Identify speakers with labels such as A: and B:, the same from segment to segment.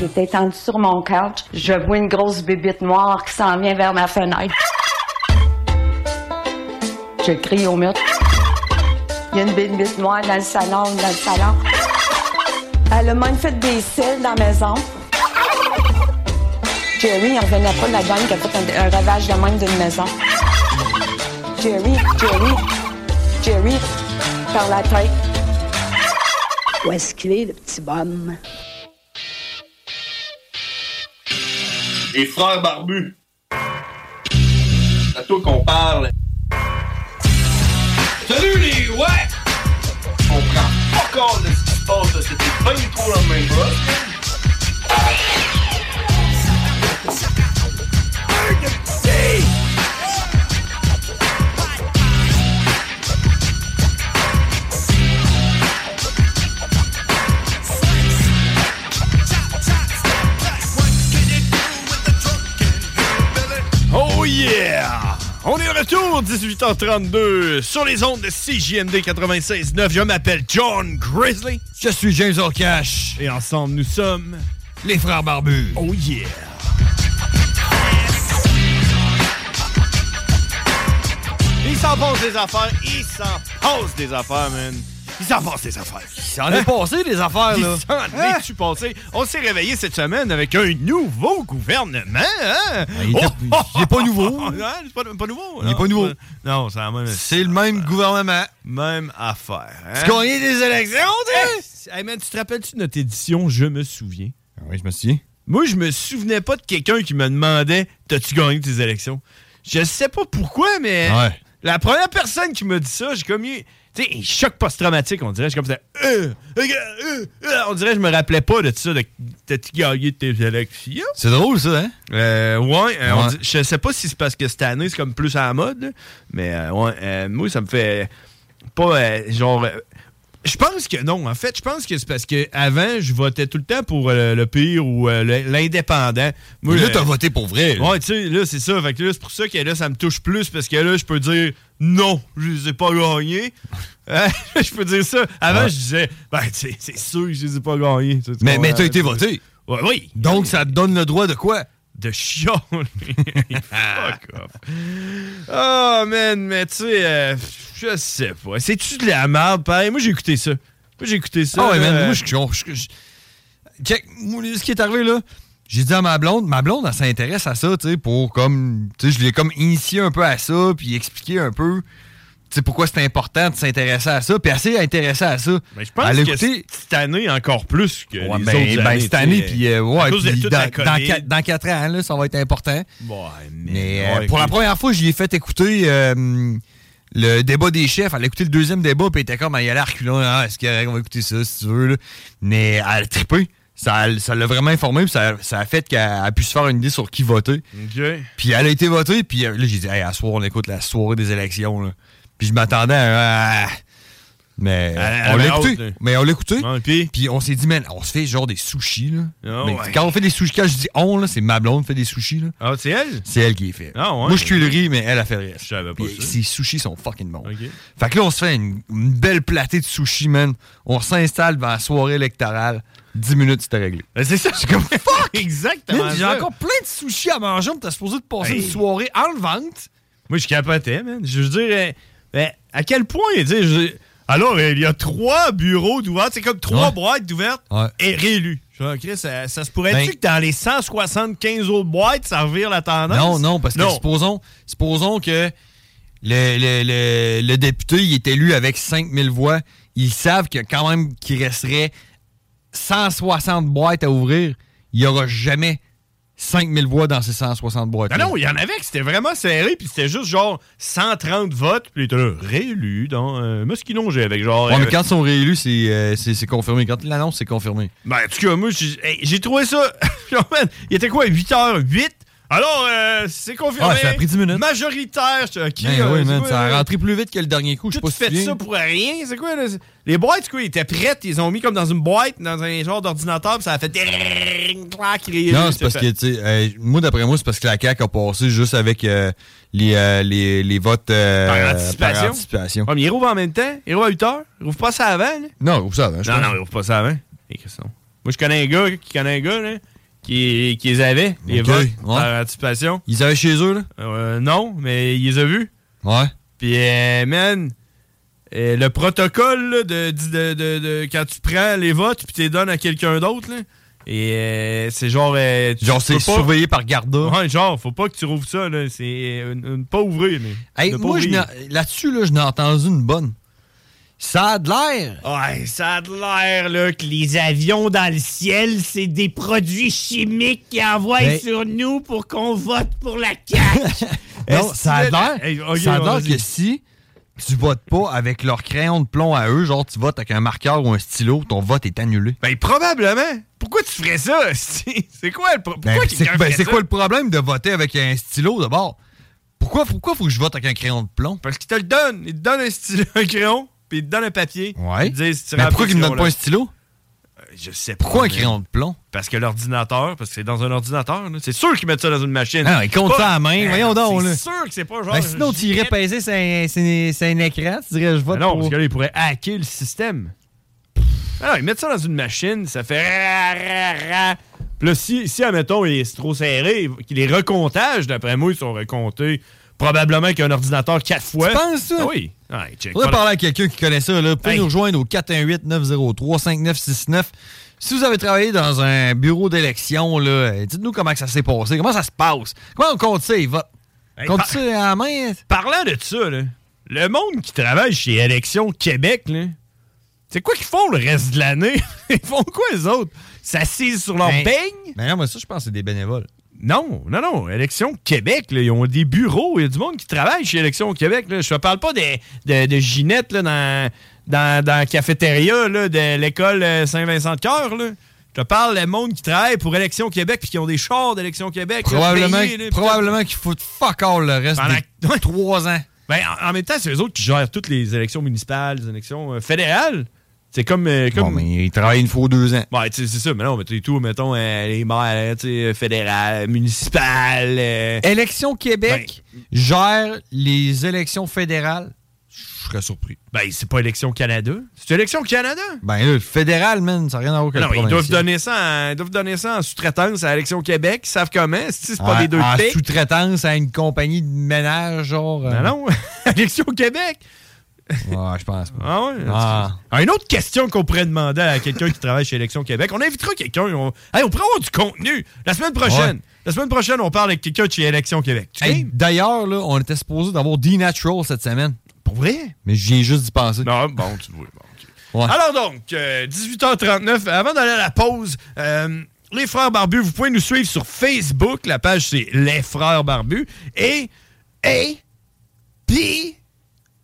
A: J'étais tendue sur mon couch. Je vois une grosse bébite noire qui s'en vient vers ma fenêtre. Je crie au mur. Il y a une bébite noire dans le salon, dans le salon. Elle a même fait des cils dans la maison. Jerry, il revenait pas de la gang qui a fait un, un ravage de même d'une maison. Jerry, Jerry, Jerry, par la tête.
B: Où est-ce qu'il est, le petit bonhomme?
C: Les frères barbus. C'est à toi qu'on parle. Salut les ouais! On prend pas compte de ce qui se passe, là. c'était pas du tout la même chose.
D: Ah, Oh yeah! On est de retour, 18h32, sur les ondes de CJMD 96.9. Je m'appelle John Grizzly. Je suis James Orcash. Et ensemble, nous sommes... Les Frères Barbus. Oh yeah! Ils s'en passent des affaires, ils s'en passent des affaires, man. Ils s'en passent des affaires. Hein? Ils s'en
E: est passé,
D: des affaires,
E: là.
D: Ils s'en
E: Hein?
D: est-tu passé? On s'est réveillé cette semaine avec un nouveau gouvernement, hein?
E: Ben, il était- il est pas nouveau.
D: Non, Hein? c'est pas, pas nouveau.
E: Il est
D: non.
E: pas nouveau.
D: Non, c'est la même
E: C'est le même gouvernement.
D: Même affaire. hein?
E: Tu gagnes des élections, tu
D: Hey, hey, man, tu te rappelles-tu de notre édition Je me souviens?
E: Ah Oui, je me souviens.
D: Moi, je me souvenais pas de quelqu'un qui me demandait T'as-tu gagné tes élections Je sais pas pourquoi, mais
E: Ouais.
D: la première personne qui m'a dit ça, j'ai comme eu. Tu sais, un choc post-traumatique, on dirait. J'ai comme ça. Euh, euh, euh, euh. on dirait que je me rappelais pas de ça, de t'as-tu gagné tes élections
E: C'est drôle, ça, hein?
D: Euh, ouais, euh, on
E: Ouais.
D: dit- je sais pas si c'est parce que cette année, c'est comme plus à la mode, là, mais euh, ouais, euh, moi, ça me fait pas euh, genre. euh, je pense que non, en fait, je pense que c'est parce que avant, je votais tout le temps pour euh, le pire ou euh, le- l'indépendant. Moi,
E: là,
D: euh,
E: t'as voté pour vrai.
D: Ouais, tu sais, là, c'est ça. Fait que là, c'est pour ça que là, ça me touche plus parce que là, je peux dire non, je les ai pas gagnés. Hein? je peux dire ça. Avant,
E: Ouais.
D: je disais, ben, tu sais, c'est sûr que je les ai pas gagnés. Tu sais, tu
E: Mais, mais
D: comprends?
E: t'as été voté.
D: Ouais, oui.
E: Donc, ça te donne le droit de quoi?
D: de chialer. Fuck off. Oh, man, mais tu sais, euh, je sais pas. C'est-tu de la merde, pareil? Moi, j'ai écouté ça. Moi, j'ai écouté ça.
E: Ah ouais,
D: là,
E: man,
D: euh,
E: moi, je je- je- je- Check, moi, ce qui est arrivé, là, j'ai dit à ma blonde, ma blonde, elle s'intéresse à ça, tu sais, pour comme. Tu sais, je l'ai comme initié un peu à ça, puis expliqué un peu, tu sais, pourquoi c'est important de s'intéresser à ça, puis elle s'est intéressée à ça.
D: ben, je pense
E: elle a
D: que
E: écouté-
D: c'est- cette année, encore plus que
E: Ouais,
D: les
E: ben,
D: autres
E: ben,
D: années,
E: cette
D: tu sais,
E: année,
D: euh,
E: puis euh,
D: à
E: ouais,
D: cause de
E: puis
D: toute
E: dans,
D: la
E: dans
D: COVID.
E: quatre- dans quatre ans, là, ça va être important.
D: Ouais,
E: Mais
D: ouais,
E: euh, pour la
D: écoute,
E: première fois, je lui ai fait écouter euh, le débat des chefs. Elle a écouté le deuxième débat, puis elle était comme, il a l'air reculant. Ah, Est-ce qu'on va écouter ça, si tu veux? là? Mais elle a trippé. Ça ça l'a vraiment informé, puis ça, ça a fait qu'elle a pu se faire une idée sur qui voter.
D: ok.
E: Puis elle a été votée, puis euh, là, j'ai dit, hey, à soir, on écoute la soirée des élections. là. Puis je m'attendais à. un, Ah! Mais
D: Elle- elle
E: euh, on l'a
D: avait hâte,
E: écouté.
D: là.
E: Mais on l'a écouté.
D: Ouais, puis-
E: Puis on s'est dit, man, on se fait genre des sushis. Là.
D: Ah
E: Mais
D: ouais.
E: Quand on fait des sushis, quand je dis on, là, c'est ma blonde fait des sushis. Là.
D: Ah, c'est elle?
E: C'est elle qui les fait.
D: Ah ouais?
E: Moi, je cuis le riz, mais elle a fait le reste.
D: Je savais pas
E: Puis,
D: ça.
E: Ses sushis sont fucking bons.
D: Ok.
E: Fait que là, on se fait une, une belle platée de sushis, man. On s'installe dans la soirée électorale. 10 minutes, c'était réglé.
D: Ben, c'est ça, je suis comme fuck! Exactement.
E: Man, J'ai
D: ça.
E: encore plein de sushis à manger. On t'as supposé de passer
D: Hey.
E: une soirée en vente.
D: Moi, je capotais, man. Je veux dire, euh, ben, à quel point, tu sais, je veux dire, alors, euh, il y a trois bureaux d'ouverts, c'est comme trois
E: Ouais.
D: boîtes d'ouvertes
E: Ouais. Ben
D: et réélus. Je vois, Chris, ça, ça se pourrait-tu que dans les 175 autres boîtes, ça revire la tendance?
E: Non, non, parce que supposons, supposons que le, le- le- le député il est élu avec 5000 voix. Ils savent que quand même qu'il resterait 160 boîtes à ouvrir. Il n'y aura jamais 5000 voix dans ces 160 boîtes.
D: Non, non, il y en avait que c'était vraiment serré, puis c'était juste genre 130 votes, puis il était là, réélu dans euh, Mosquinon, j'ai avec genre.
E: Ouais, mais
D: euh,
E: quand ils sont réélus, c'est euh, c'est- c'est confirmé. Quand ils l'annoncent, c'est confirmé.
D: Ben, en tout cas, moi, j'ai hey, j'ai trouvé ça. Genre, man, il était quoi, 8h08? Alors, euh, c'est confirmé.
E: Ah, ça a pris 10 minutes.
D: Majoritaire. j'étais, OK.
E: Ben
D: euh,
E: oui,
D: c'est
E: man,
D: quoi,
E: ça
D: euh,
E: a rentré plus vite que le dernier coup. Je sais
D: Tout
E: pas si tu
D: fait
E: viens.
D: ça pour rien. C'est quoi, là? Les boîtes, quoi, ils étaient prêtes. Ils les ont mis comme dans une boîte, dans un genre d'ordinateur, puis ça a fait. clac, réélu,
E: Non, c'est parce que,
D: fait.
E: tu sais, euh, moi, d'après moi, c'est parce que la CAQ a passé juste avec euh, les, euh, les, les votes euh,
D: Par anticipation.
E: par anticipation.
D: Ouais, mais ils rouvrent en même temps. Ils rouvrent à 8h. Ils rouvrent pas ça avant, là.
E: Non, ouvre ça avant, je
D: Non,
E: pense.
D: non, ils ouvrent pas ça avant. Les questions. Moi, je connais un gars qui connaît un gars, là, qui, qui les avait, les
E: Ok,
D: votes,
E: ouais.
D: par anticipation.
E: Ils avaient chez eux, là?
D: Euh, non, mais il les a vus.
E: Ouais.
D: Puis, euh, man, euh, le protocole là, de, de- de- de- quand tu prends les votes puis tu les donnes à quelqu'un d'autre, là, et euh, c'est genre. euh, tu
E: Genre,
D: peux
E: c'est
D: pas-
E: surveillé par Garda.
D: Ouais, genre, faut pas que tu rouvres ça, là. C'est euh, une- une- pas ouvrir, mais.
E: Hey,
D: ne pas
E: moi, je
D: ouvrir.
E: n'ai- là-dessus, là, je n'ai entendu une bonne. Ça a de l'air.
D: Ouais, ça a de l'air là, que les avions dans le ciel, c'est des produits chimiques qui envoient
E: Ben-
D: sur nous pour qu'on vote pour la CAQ.
E: Non, ça a de l'air.
D: Hey, ok,
E: ça a de l'air
D: vas-y.
E: que si tu votes pas avec leur crayon de plomb à eux, genre tu votes avec un marqueur ou un stylo, ton vote est annulé.
D: Ben probablement. Pourquoi tu ferais ça? esti? C'est quoi le pro-
E: Ben,
D: pourquoi
E: c'est
D: quelqu'un
E: ben,
D: ferait
E: c'est
D: ça?
E: quoi le problème de voter avec un stylo d'abord? Pourquoi, pourquoi faut que je vote avec un crayon de plomb?
D: Parce qu'ils te le donnent. Ils te donnent un stylo, un crayon, puis ils te donnent un papier.
E: Ouais.
D: Ils te disent, tu
E: Mais
D: remplis
E: pourquoi
D: ce
E: qu'ils me donnent pas
D: crayon-là.
E: un stylo?
D: Je sais pas.
E: Pourquoi un
D: mais-
E: crayon de plomb?
D: Parce que l'ordinateur, parce que c'est dans un ordinateur, là. c'est sûr qu'ils mettent ça dans une machine.
E: Ah, ils comptent
D: Pas-
E: ça à main,
D: Ben,
E: voyons donc, là.
D: C'est sûr que c'est pas genre.
E: Ben, sinon, tu irais peser sur un, sur un- sur un écran, tu dirais je vote
D: Ben non,
E: pour-
D: parce que là, ils pourraient hacker le système. Alors, ils mettent ça dans une machine, ça fait. ra, ra, ra. Puis là, si, si admettons, il est trop serré, qu'il les recomptage, d'après moi, ils sont recomptés probablement avec un ordinateur quatre fois.
E: penses, toi?
D: Ah Oui. Ouais, check.
E: Faudrait parler à quelqu'un qui connaît ça. Là. Vous pouvez
D: Hey.
E: nous rejoindre au 418-903-5969. Si vous avez travaillé dans un bureau d'élection, là, euh, dites-nous comment que ça s'est passé. Comment ça se passe? Comment on compte ça, il vote?
D: Hey,
E: compte
D: par-
E: ça à la main?
D: Parlant de ça, là, le monde qui travaille chez Élection Québec, là, c'est quoi qu'ils font le reste de l'année? Ils font quoi, les autres? S'assisent sur leur
E: Ben-
D: peigne?
E: Ben non, mais ça, je pense que c'est des bénévoles.
D: Non, non, non. Élection Québec, là, ils ont des bureaux. Il y a du monde qui travaille chez Élection Québec. Là. Je ne parle pas des, de, de Ginette là, dans, dans, dans la cafétéria là, de l'école euh, Saint-Vincent-de-Cœur. là. Je te parle du monde qui travaille pour Élection Québec puis qui ont des chars d'Élection Québec. là,
E: Probablement,
D: payés, là, puis tout.
E: probablement qu'ils foutent fuck all le reste
D: Pendant
E: des trois ans.
D: Ben, en, en même temps, c'est eux autres qui gèrent toutes les élections municipales, les élections euh, fédérales. C'est comme. euh, comme...
E: Bon, mais ils travaillent une fois aux deux ans.
D: Ouais, tu sais, c'est ça, mais non, mais t'es tout, mettons, euh, les maires, tu sais, fédérales, municipales. euh, Ben,
E: Élection Québec gère les élections fédérales. Je serais surpris.
D: Ben, c'est pas Élection Canada. C'est Élection Canada.
E: Ben là, le fédéral, man, ça n'a rien à voir avec
D: Non,
E: le
D: ils doivent,
E: provincial.
D: donner ça en, ils doivent donner ça en sous-traitance à Élection Québec. Ils savent comment. Si c'est pas
E: En-
D: des deux
E: Ah, en
D: de pique.
E: sous-traitance à une compagnie de ménage, genre. euh,
D: Non, Ben non. Élection Québec.
E: Ouais, je pense pas.
D: Ah ouais.
E: Ah.
D: Ah, Une autre question qu'on pourrait demander à quelqu'un qui travaille chez Élection Québec. On invitera quelqu'un. On... Hey, on pourrait avoir du contenu la semaine prochaine.
E: Ouais.
D: La semaine prochaine, on parle avec quelqu'un de chez Élection Québec. Tu
E: Hey,
D: viens?
E: D'ailleurs, là, on était supposé d'avoir D-Natural cette semaine,
D: Pour vrai?
E: mais j'y ai juste d'y penser.
D: Non, bon, tu vois. Bon, ok.
E: Ouais.
D: Alors donc, euh, 18h39, avant d'aller à la pause, euh, les Frères Barbus, vous pouvez nous suivre sur Facebook. La page, c'est Les Frères Barbus. Et, et, puis,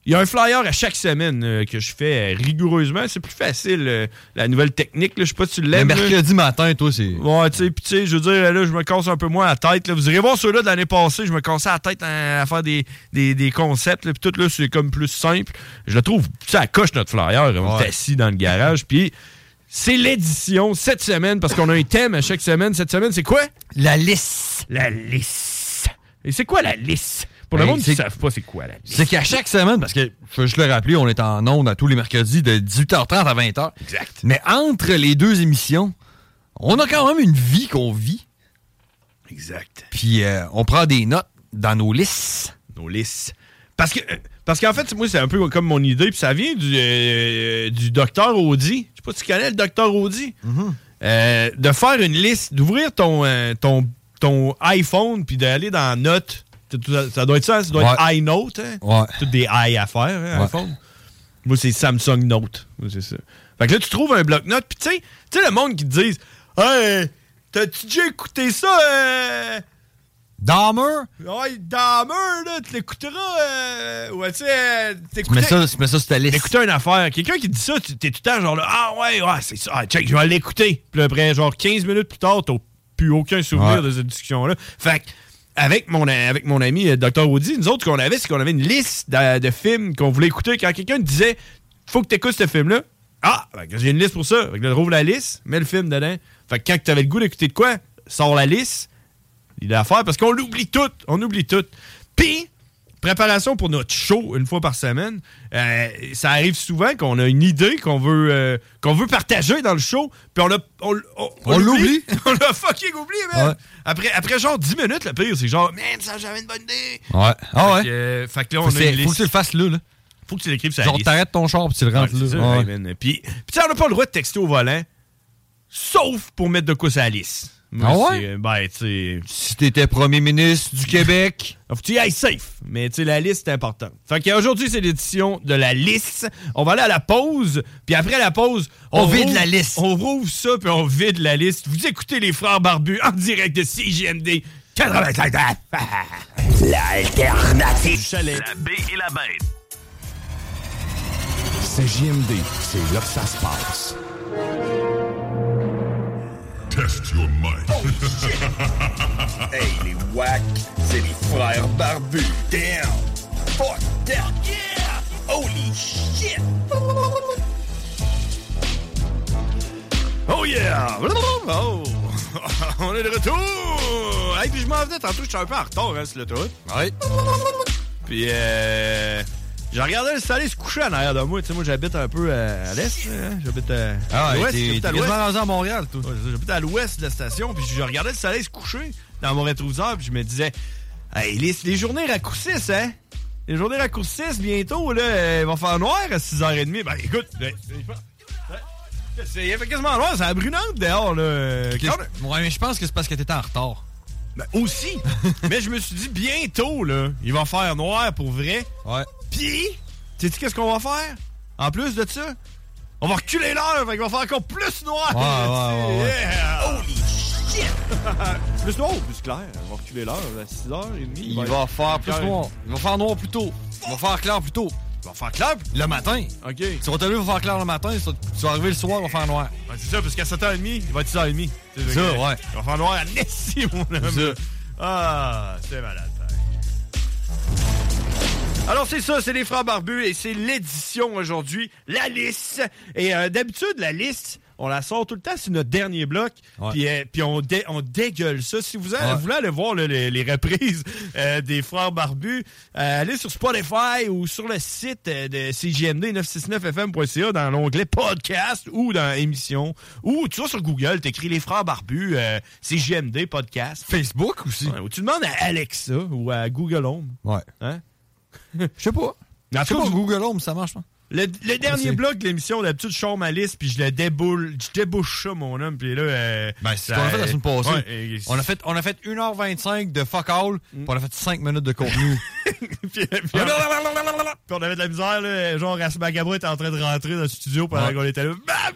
D: il y a un flyer à chaque semaine euh, que je fais euh, rigoureusement. C'est plus facile, euh, la nouvelle technique. là. Je sais pas si tu
E: le
D: l'aimes. là.
E: mercredi matin, toi, c'est.
D: Ouais, tu sais, puis tu sais, je veux dire, là, je me casse un peu moins la tête. là. Vous irez voir ceux-là de l'année passée, je me cassais la tête à, à faire des, des, des concepts, là, puis tout, là, c'est comme plus simple. Je le trouve, ça coche notre flyer, on est
E: Ouais.
D: assis dans le garage, puis c'est l'édition cette semaine, parce qu'on a un thème à chaque semaine. Cette semaine, c'est quoi?
E: La liste.
D: La lisse. Et c'est quoi la lisse? Pour le
E: Ben,
D: monde qui ne
E: c'est-
D: savent pas, c'est quoi la lisse?
E: C'est qu'à chaque semaine, parce que, faut juste le rappeler, on est en ondes à tous les mercredis de 18h30 à 20h.
D: Exact.
E: Mais entre les deux émissions, on a quand même une vie qu'on vit,
D: Exact.
E: puis euh, on prend des notes dans nos listes.
D: nos lisses. Parce que euh, parce qu'en fait, moi, c'est un peu comme mon euh,
E: Mm-hmm.
D: idée, puis ça vient du, euh, du docteur Audi. Je sais pas si tu connais le docteur Audi. euh, de faire une liste, d'ouvrir ton, euh, ton, ton iPhone puis d'aller dans Notes. Tout- tout- Ça doit être ça, ça doit être
E: Ouais.
D: iNote. hein?
E: Ouais.
D: Toutes des i à faire, hein,
E: Ouais.
D: iPhone. Moi, c'est Samsung Note. Moi, c'est ça. Fait que là, tu trouves un bloc-notes, puis tu sais, tu sais, le monde qui te dit Hey, t'as-tu déjà écouté ça euh,
E: Dahmer?
D: Ouais, Dahmer, là, tu l'écouteras. Euh, ouais, tu sais, euh,
E: Tu
D: t'écoutais-
E: mets ça, tu mets ça sur ta liste.
D: t'écoutais une affaire. Quelqu'un qui dit ça, tu- t'es tout le temps genre là, Ah ouais, ouais, c'est ça, ah, check, je vais l'écouter. Puis là, après, genre 15 minutes plus tard, t'as plus aucun souvenir
E: Ouais.
D: de cette discussion-là. Fait que, avec mon, avec mon ami euh, Dr. Audi, nous autres, ce qu'on avait, c'est qu'on avait une liste de, de films qu'on voulait écouter. Quand quelqu'un disait Faut que t'écoutes ce film-là, ah, fait que j'ai une liste pour ça. Fait que là, rouvre la liste, mets le film dedans. Fait que quand t'avais le goût d'écouter de quoi, sors la liste. Il a à faire parce qu'on l'oublie tout. On oublie tout. Puis, préparation pour notre show une fois par semaine. euh, ça arrive souvent qu'on a une idée qu'on veut, euh, qu'on veut partager dans le show. Puis on l'a- on- on-
E: On l'oublie.
D: On l'a fucking oublié, man.
E: Ouais.
D: Après, après genre 10 minutes, le pire, c'est genre, man, ça, j'avais une bonne idée.
E: Ouais. Ah
D: Fait que,
E: ouais.
D: euh, fait que là, on
E: Faut
D: a
E: que,
D: une
E: c'est- faut que
D: liste.
E: tu le fasses là, là.
D: Faut que tu l'écrives sur la
E: Genre,
D: liste.
E: t'arrêtes ton char puis tu le rentres
D: Ouais, c'est
E: là.
D: ça,
E: Ouais.
D: hey, man. Puis, puis tu sais, on n'a pas le droit de texter au volant, sauf pour mettre de quoi sur la liste. Moi,
E: Ah ouais?
D: c'est- Ben, tu sais,
E: Si t'étais premier ministre du Québec.
D: faut que tu y ailles safe. Mais tu sais, la liste est importante. Fait qu'aujourd'hui, c'est l'édition de la liste. On va aller à la pause. Puis après la pause,
E: On vide
D: rouvre-
E: la liste.
D: On rouvre ça, puis on vide la liste. Vous écoutez les frères barbus en direct de CJMD 85. L'alternative. Chalet.
C: La baie et la bête.
F: C'est JMD, c'est là que ça se passe.
G: Test your mind.
C: Hey, les wack, c'est les frères barbus. Damn! Fuck that! Yeah! Holy shit!
D: Oh yeah! Oh. on est de retour! Hey, puis je m'en venais tantôt, je suis un peu en retard, hein, sur l'autoroute.
E: Ouais.
D: Puis, euh, je regardais le soleil se coucher en arrière de moi. Tu sais, moi, j'habite un peu à, à l'est. hein. J'habite à, à
E: Ah ouais,
D: l'ouest.
E: t'es t'es
D: J'habite à
E: quasiment
D: l'ouest.
E: rendu à Montréal, toi.
D: Ouais, c'est ça, J'habite à l'ouest de la station. Puis, je regardais le soleil se coucher dans mon rétroviseur. Puis, je me disais, hey, les, les journées raccourcissent, hein? Les journées raccourcissent bientôt, là. euh, Il va faire noir à 6h30. Ben, écoute, ben, je pense- ben, c'est- il fait quasiment noir, c'est la brunante dehors, là. Quand-
E: Ouais, mais je pense que c'est parce que t'étais en retard.
D: ben, aussi. Mais je me suis dit, bientôt, là, il va faire noir pour vrai.
E: Ouais.
D: Puis, sais-tu qu'est-ce qu'on va faire? En plus de ça, on va reculer l'heure, fait qu'il va faire encore plus noir.
E: Ouais,
D: là,
E: ouais,
D: tu
E: ouais,
D: sais. Yeah. Holy shit! plus noir ou plus clair? On va reculer l'heure à 6h30.
E: Il va faire plus noir. Il va faire noir plus tôt. Il va faire clair plus tôt.
D: Il va faire clair.
E: Le matin.
D: OK.
E: Tu vas te lever, il va faire clair le matin. ça- Tu vas arriver le soir, il va faire noir.
D: Ouais, c'est ça, parce qu'à 7h30, il va être 6h30. C'est
E: Ça,
D: que-
E: ouais.
D: Il va faire noir à Nessie, mon ami.
E: ça.
D: Ah, c'est malade. ça. Alors, c'est ça, c'est les Frères Barbus et c'est l'édition aujourd'hui, la liste. Et euh, d'habitude, la liste, on la sort tout le temps, c'est notre dernier bloc.
E: Ouais.
D: Puis, euh, puis on, dé- on dégueule ça. Si vous, allez-
E: Ouais.
D: vous voulez aller voir là, les, les reprises euh, des Frères Barbus, euh, allez sur Spotify ou sur le site euh, de cgmd969fm.ca dans l'onglet podcast ou dans émission. Ou tu vas sur Google, t'écris les Frères Barbus, euh, CGMD podcast.
E: Facebook aussi.
D: Ouais, ou tu demandes à Alexa ou à Google Home.
E: Ouais.
D: Hein?
E: Je sais pas.
D: En
E: Je sais
D: tout
E: pas,
D: cas,
E: Google Home, ça marche, hein?
D: Le, le dernier
E: c'est-
D: bloc de l'émission, d'habitude, je sors ma liste, puis je le déboule, je débouche ça, mon homme, puis là... euh,
E: Ben, c'est ce
D: ça-
E: qu'on a fait la semaine passée.
D: Ouais, et- Mm.
E: on, a fait, on a fait 1h25 de fuck all, puis on a fait 5 minutes de contenu.
D: puis, puis on, puis on avait de la misère, là, genre, Ras Macabre était en train de rentrer dans le studio pendant
E: Ouais.
D: qu'on était là. Bam,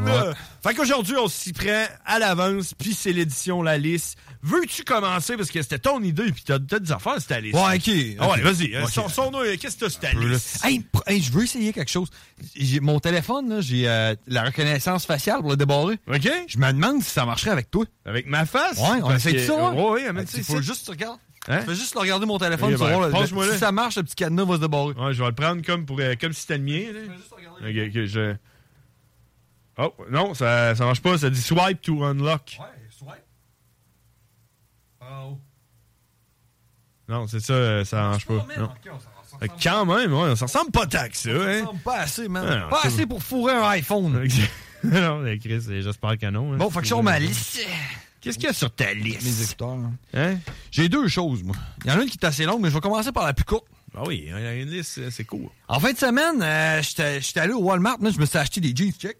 D: bam, là.
E: Ouais.
D: Euh, Fait qu'aujourd'hui, on s'y prend à l'avance, puis c'est l'édition, la liste. Veux-tu commencer, parce que c'était ton idée, puis t'as t'as des affaires, c'est ta liste.
E: ouais, ok.
D: Ah ouais,
E: ok.
D: vas-y, euh,
E: Ok.
D: son, son nom, euh, qu'est-ce que t'as sur ta
E: peu, là.
D: liste?
E: Hey, pr- hey, je veux essayer quelque chose. J'ai- Mon téléphone, là, j'ai euh, la reconnaissance faciale pour le débarrer.
D: OK?
E: Je me demande si ça marcherait avec toi.
D: Avec ma face?
E: Ouais, on
D: parce
E: essaie de
D: que-
E: ça. ouais.
D: Ouais, ouais, mais
E: Hey,
D: tu sais,
E: tu faut
D: c'est-
E: juste tu regardes.
D: Hein?
E: Tu fais juste regarder mon téléphone,
D: Ok,
E: tu vas
D: ben,
E: voir, là,
D: passe-moi
E: si
D: là.
E: ça marche, le petit cadenas va se débarrer.
D: Ouais, je vais le prendre comme, pour, euh, comme si c'était le mien. là. Ok, ok, je- Oh, non, ça, ça marche pas. Ça dit swipe to unlock.
E: swipe. Ah, oh.
D: Non, c'est ça, euh, ça marche pas. non. Euh, Quand même, ouais, ça ressemble pas tant que ça. Hein?
E: Pas assez, man.
D: Ah, non,
E: pas
D: c'est
E: assez pour fourrer un iPhone.
D: non, mais Chris, j'espère que non. hein.
E: Bon, faut que je sorte ma liste.
D: Qu'est-ce qu'il y a sur ta
E: Mes
D: liste?
E: écouteurs.
D: Hein?
E: J'ai deux choses, moi. Il y en a une qui est assez longue, mais je vais commencer par la plus courte.
D: Ah oui, il y a une liste, euh, c'est cool.
E: En fin de semaine, euh, j'étais j'étais allé au Walmart, mais je me suis acheté des jeans, check.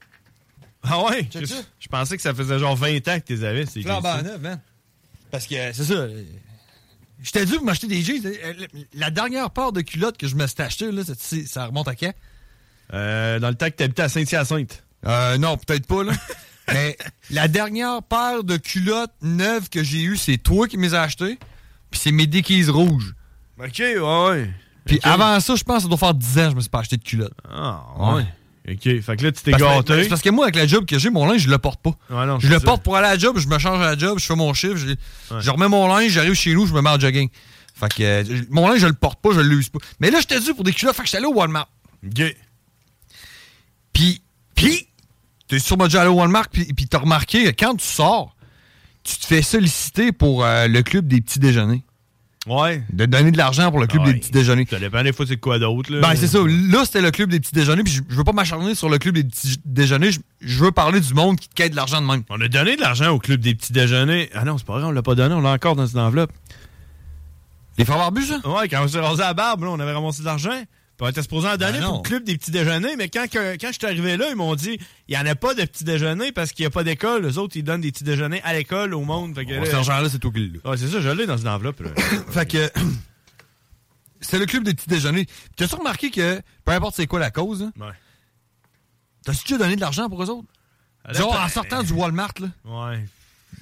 D: Ah ouais? Je, je pensais que ça faisait genre 20 ans que tu les avais. ces
E: Flambant
D: jeans-là.
E: neuf, man. Parce que, euh, c'est ça. euh, J'étais dû pour m'acheter des jeans. Euh, la- La dernière paire de culottes que je me suis achetée, là, c'est- ça remonte à quand?
D: Euh, dans le temps que tu habitais à Saint-Hyacinthe.
E: Euh, non, peut-être pas, là. Mais la dernière paire de culottes neuves que j'ai eues, c'est toi qui me les as achetées. Puis c'est mes déquises rouges.
D: OK, ouais.
E: Puis avant ça, je pense que ça doit faire 10 ans que je me suis pas acheté de culottes.
D: Ah, ouais. OK, fait que là, tu t'es
E: Parce que-
D: gâté.
E: C'est parce que moi, avec la job que j'ai, mon linge, je le porte pas.
D: Ouais, non,
E: je
D: c'est
E: le
D: ça.
E: porte pour aller à la job, je me change à la job, je fais mon chiffre, je, je remets mon linge, j'arrive chez nous, je me mets en jogging. Fait que euh, je- mon linge, je le porte pas, je l'use pas. Mais là, j'étais dû pour des culottes, fait que j'étais allé au Walmart.
D: OK.
E: Puis, puis, t'es sûrement déjà allé au Walmart, puis, puis t'as remarqué que quand tu sors, tu te fais solliciter pour euh, le club des petits déjeuners.
D: Ouais.
E: De donner de l'argent pour le club
D: Ouais.
E: des petits déjeuners.
D: Ça dépend des fois, c'est quoi d'autre, là.
E: Ben, c'est ça. Là, c'était le club des petits déjeuners, puis je, je veux pas m'acharner sur le club des petits déjeuners. Je, je veux parler du monde qui te quête de l'argent de même.
D: On a donné de l'argent au club des petits déjeuners. Ah non, c'est pas vrai, on l'a pas donné, on l'a encore dans une enveloppe.
E: Les frères barbus, ça?
D: Ouais, quand on s'est rasé la barbe, là, on avait ramassé de l'argent. Puis on était supposé en donner
E: Ben non.
D: pour le club des petits déjeuners, mais quand, que- quand je suis arrivé là, ils m'ont dit il n'y en a pas de petits déjeuners parce qu'il n'y a pas d'école. Les autres, ils donnent des petits déjeuners à l'école, au monde. Fait que
E: Bon,
D: là-
E: cet argent-là, c'est toi qui l'as.
D: Ouais, c'est ça, je l'ai dans une enveloppe. là.
E: Fait que. C'est le club des petits déjeuners. Puis T'as-tu remarqué que, peu importe c'est quoi la cause, hein,
D: ouais.
E: t'as-tu déjà donné de l'argent pour eux autres? Genre, en sortant du Walmart, là.
D: Ouais.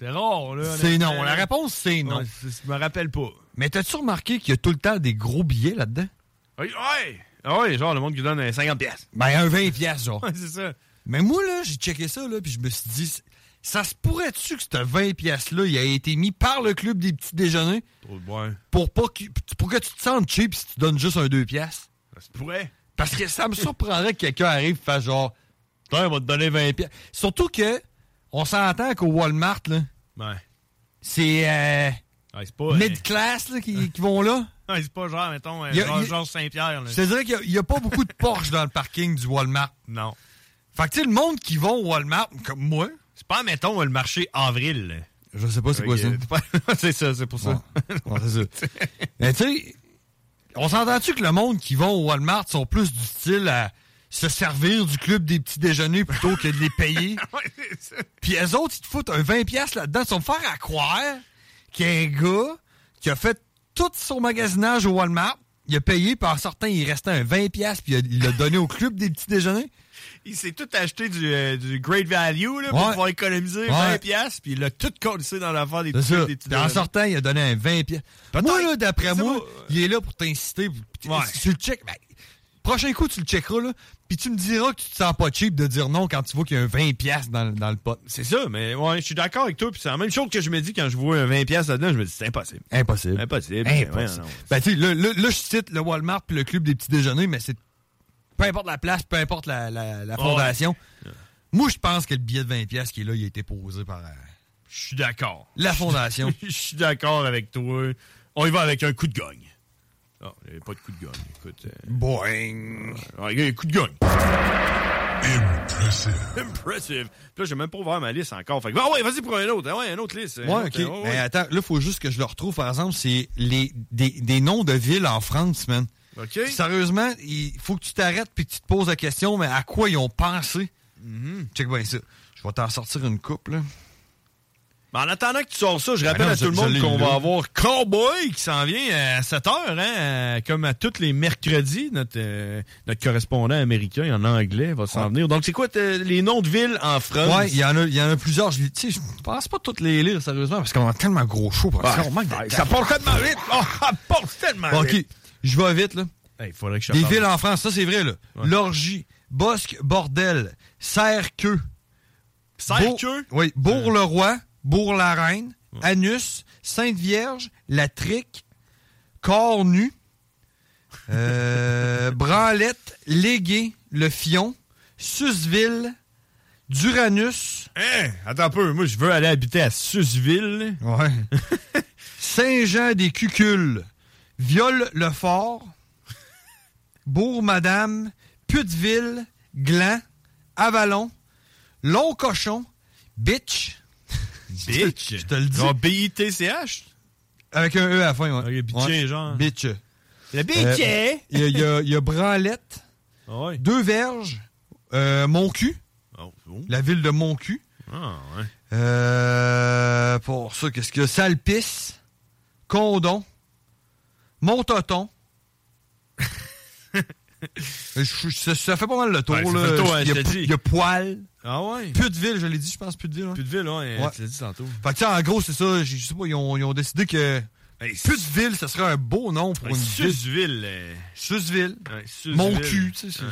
D: C'est rare, là.
E: C'est
D: euh, honnêtement. euh,
E: non. La réponse, c'est non.
D: Ouais, c'est- je me rappelle pas.
E: Mais t'as-tu remarqué qu'il y a tout le temps des gros billets là-dedans?
D: Ouais, ouais. Ah ouais, genre le monde qui donne euh, 50 pièces.
E: Ben, un 20 piastres, genre.
D: Ouais, c'est ça.
E: Mais moi, là, j'ai checké ça, là, puis je me suis dit, ça se pourrait-tu que ce 20 piastres-là, il a été mis par le club des petits déjeuners
D: Trop de bois.
E: pour, pas que, pour que tu te sentes cheap si tu donnes juste un 2 piastres?
D: Ça se pourrait.
E: Parce que ça me surprendrait que quelqu'un arrive et fasse genre, tiens, on va te donner 20 piastres. Surtout que, on s'entend qu'au Walmart, là,
D: Ouais.
E: c'est euh,
D: Ouais, c'est pas. euh,
E: mid-class là, qui, qui vont là.
D: Ouais, c'est pas genre, mettons, euh,
E: Y a-
D: genre,
E: y a-
D: genre Saint-Pierre. là.
E: Je te dirais qu'il n'y a, pas beaucoup de Porsche dans le parking du Walmart.
D: Non.
E: Fait que, tu sais, le monde qui va au Walmart, comme moi,
D: C'est pas, mettons, le marché avril. là.
E: je sais pas c'est
D: Fait
E: quoi
D: que,
E: ça.
D: euh, pas- c'est ça, c'est pour ça.
E: Bon. Ouais, c'est ça. Mais tu sais, on s'entend-tu que le monde qui va au Walmart sont plus du style à se servir du club des petits déjeuners plutôt que de les payer?
D: Ouais, c'est ça.
E: Puis eux autres, ils te foutent un 20$ là-dedans. Tu vas me faire à croire qu'un gars qui a fait tout son magasinage au Walmart, il a payé, puis en sortant, il restait un 20$, puis il a- il l'a donné au club des petits déjeuners.
D: Il s'est tout acheté du, euh, du great value là, pour
E: Ouais.
D: pouvoir économiser ben,
E: Ouais.
D: 20 pièces, puis il l'a tout collé dans l'affaire des
E: C'est
D: trucs,
E: ça.
D: des petits
E: Puis en sortant, il a donné un 20 pièces. Moi, là, d'après
D: C'est
E: moi,
D: bon.
E: il est là pour t'inciter. pour-
D: Ouais.
E: Tu le check. ben, prochain coup, tu le checkeras, là. Puis tu me diras que tu te sens pas cheap de dire non quand tu vois qu'il y a un 20 pièces dans, le- dans le pot.
D: C'est ça, mais ouais, je suis d'accord avec toi. Puis c'est la même chose que je me dis quand je vois un 20$ piastres là-dedans, je me dis c'est impossible.
E: Impossible.
D: Impossible. Ouais,
E: Impossible.
D: non.
E: Ben, tu sais, là, là, là, je cite le Walmart puis le club des petits déjeuners, mais c'est peu importe la place, peu importe la, Euh, la- la fondation. Moi, je pense que le billet de 20 pièces qui est là, il a été posé par euh,
D: Je suis d'accord.
E: la fondation.
D: Je suis d'accord avec toi. On y va avec un coup de gagne. Non, Ah, il n'y avait pas de coup de gagne. Écoute. euh,
E: Boing.
D: ouais, il y a un coup de gagne.
G: Impressive.
D: Impressive. Puis là, j'ai même pas ouvert ma liste encore. Fait que, ah ouais, vas-y pour un autre. Ah ouais, une autre liste. Une
E: Ouais,
D: autre,
E: ok.
D: euh,
E: Mais
D: ouais.
E: attends, là, faut juste que je le retrouve, par exemple, c'est les, des, des noms de villes en France, man.
D: OK.
E: Sérieusement, il faut que tu t'arrêtes puis que tu te poses la question, mais à quoi ils ont pensé?
D: Mm-hmm.
E: Check bien ça. Je vais t'en sortir une coupe, là.
D: Mais en attendant que tu sors ça, je rappelle
E: Ben non,
D: à tout
E: je-
D: le monde
E: je l'ai
D: qu'on
E: là.
D: va avoir Cowboy qui s'en vient à 7 heures, hein, euh, comme à tous les mercredis. Notre, euh, notre correspondant américain en anglais va s'en
E: Ouais.
D: venir. Donc, c'est quoi t'es- les noms de villes en France?
E: Ouais, il y, en a- il y en a plusieurs. Je, tu sais, je pense pas toutes les lire, sérieusement, parce qu'on a tellement gros show. parce qu'on manque de
D: ça
E: temps.
D: part tellement vite! Oh, ça part tellement
E: OK,
D: vite!
E: je vais vite, là.
D: Hey, faudrait que je
E: Des
D: parle.
E: villes en France, ça, c'est vrai, là. L'orgie, Bosque, Bordel, Serre-Queue,
D: Serre-Queue?
E: Beau- Oui, Bourg-le-Roi, Bourg-la-Reine, Anus, Sainte-Vierge, La Trique, Cornu, euh, Branlette, Légué, Le Fion, Susville, Duranus,
D: Hein? Attends un peu, moi je veux aller habiter à Susville.
E: ouais. Saint-Jean-des-Cucules, Viol-le-Fort, Bourg-Madame, Puteville, Gland, Avalon, Long-Cochon, Bitch,
D: Bitch!
E: Je te le dis.
D: Genre B-I-T-C-H?
E: Avec un E à la fin, ouais.
D: Ok, bitché,
E: Ouais.
D: genre.
E: Bitch.
D: Le hein?
E: Euh, Il y, a- il y a- il y a Branlette,
D: Ah Ouais.
E: Deux Verges, euh, Mon cul,
D: Oh,
E: la ville de Moncu.
D: Ah, ouais.
E: Euh, pour ça, qu'est-ce que Salpice, Condon, Montoton. Je- je- ça, ça fait pas mal le tour.
D: Ouais, ça
E: là.
D: fait le tour, hein,
E: il, y
D: je
E: a,
D: te dis.
E: il y a Poil.
D: Ah ouais?
E: Plus de ville, je l'ai dit, je pense, plus de ville. Plus
D: de ville, ouais.
E: Ouais.
D: Tu l'as dit tantôt.
E: Fait que, tu sais, en gros, c'est ça. Je je sais pas, ils ont, ils ont décidé que plus de ville, ce serait un beau nom pour
D: Ouais,
E: une ville.
D: Susville. euh,
E: Susville.
D: ouais, Susville.
E: Mon cul, tu sais. c'est-
D: Ouais.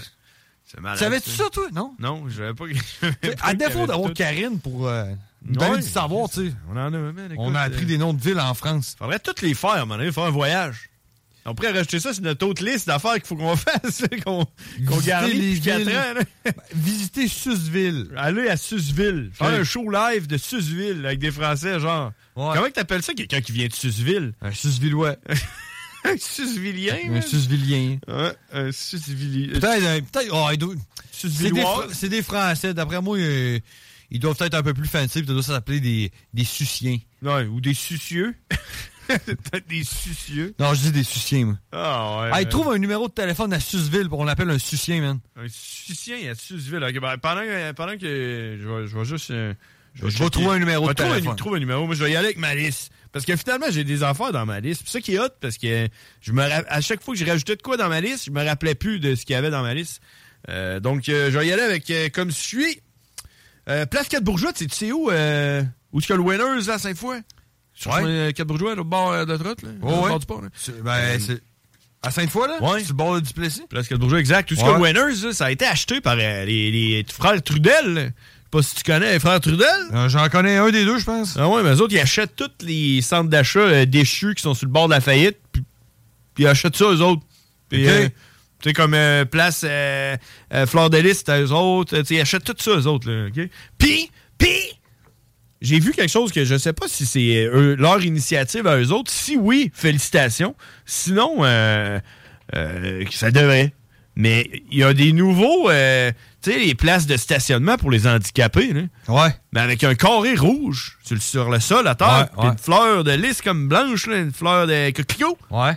D: C'est malade.
E: Savais-tu ça, toi? Non?
D: Non, je savais pas. que- je savais
E: Tu sais,
D: pas
E: À
D: qu'il y
E: défaut
D: avait
E: d'avoir
D: tout.
E: Karine pour euh, nous
D: Ouais,
E: donner du savoir, tu sais.
D: On en a, man, écoute,
E: On a appris
D: euh,
E: des noms de villes en France.
D: Faudrait toutes les faire, à un moment donné, faire un voyage. On pourrait rajouter ça sur notre autre liste d'affaires qu'il faut qu'on fasse, qu'on qu'on
E: Visiter
D: garde
E: les
D: depuis 4
E: villes. Ben,
D: ans. là.
E: Visiter Susville.
D: Aller à Susville. Faire
E: Ouais.
D: un show live de Susville avec des Français, genre.
E: Ouais.
D: Comment que t'appelles ça, quelqu'un qui vient de Susville?
E: Un Susvillois.
D: Un Susvillien?
E: un
D: là?
E: Susvillien.
D: Ouais, un Susvillien.
E: Peut-être. euh, peut-être- oh, il doit- c'est, des
D: Susvillois.
E: Fra- c'est des Français. D'après moi, euh, ils doivent être un peu plus fancy. Ils doivent s'appeler des, des Suciens.
D: Ouais, ou des sucieux. Peut-être des sucieux.
E: Non, je dis des Suciens, moi.
D: Ah ouais.
E: Ah, ils
D: euh,
E: trouvent un numéro de téléphone à Susville. On l'appelle un Sucien, man.
D: Un sucien à Susville. Ok, ben, pendant, que- pendant que je vais, je vais juste. euh,
E: Je vais trouver un numéro
D: Je vais
E: de
D: trouver un-
E: téléphone.
D: trouver un numéro. Moi, je vais y aller avec ma liste. Parce que finalement, j'ai des affaires dans ma liste. C'est ça qui est hot, parce que je me ra- à chaque fois que je rajoutais de quoi dans ma liste, je me rappelais plus de ce qu'il y avait dans ma liste. Euh, donc, euh, je vais y aller avec euh, comme suit. Euh, Place 4 Bourgeois, tu sais- tu sais où? Euh, où est-ce que le Winners, à Saint-Foy? Sur
E: Ouais.
D: euh, 4 Bourgeois, là, au bord euh, de Trotte, là.
E: Ouais,
D: au
E: ouais.
D: bord du pont, là. Euh,
E: C'est- ben, c'est- À Sainte-Foy, là?
D: Ouais.
E: C'est le bord du Plessis?
D: Place Quatre Bourgeois, exact. Tout ce que
E: Ouais.
D: le Winners, là, ça a été acheté par euh, les, les frères Trudel. là. Je sais pas si tu connais les frères Trudel.
E: Euh, j'en connais un des deux, je pense.
D: Ah ouais, mais eux autres, ils achètent tous les centres d'achat euh, déchus qui sont sur le bord de la faillite, puis, puis ils achètent ça, eux autres. Puis,
E: Ok.
D: euh, tu sais, comme euh, Place euh, euh, Fleur de Lys, c'est à eux autres. Euh, Tu sais, ils achètent tout ça, eux autres. Là, ok? Puis, puis, j'ai vu quelque chose que je sais pas si c'est euh, eux- leur initiative à eux autres. Si oui, félicitations. Sinon, euh, euh, ça devrait. Mais il y a des nouveaux, euh, tu sais, les places de stationnement pour les handicapés. là.
E: Ouais.
D: Mais avec un carré rouge sur le, sur le sol à terre,
E: Ouais,
D: puis
E: ouais.
D: une fleur de lys comme blanche, là, une fleur de coquelicot.
E: Ouais.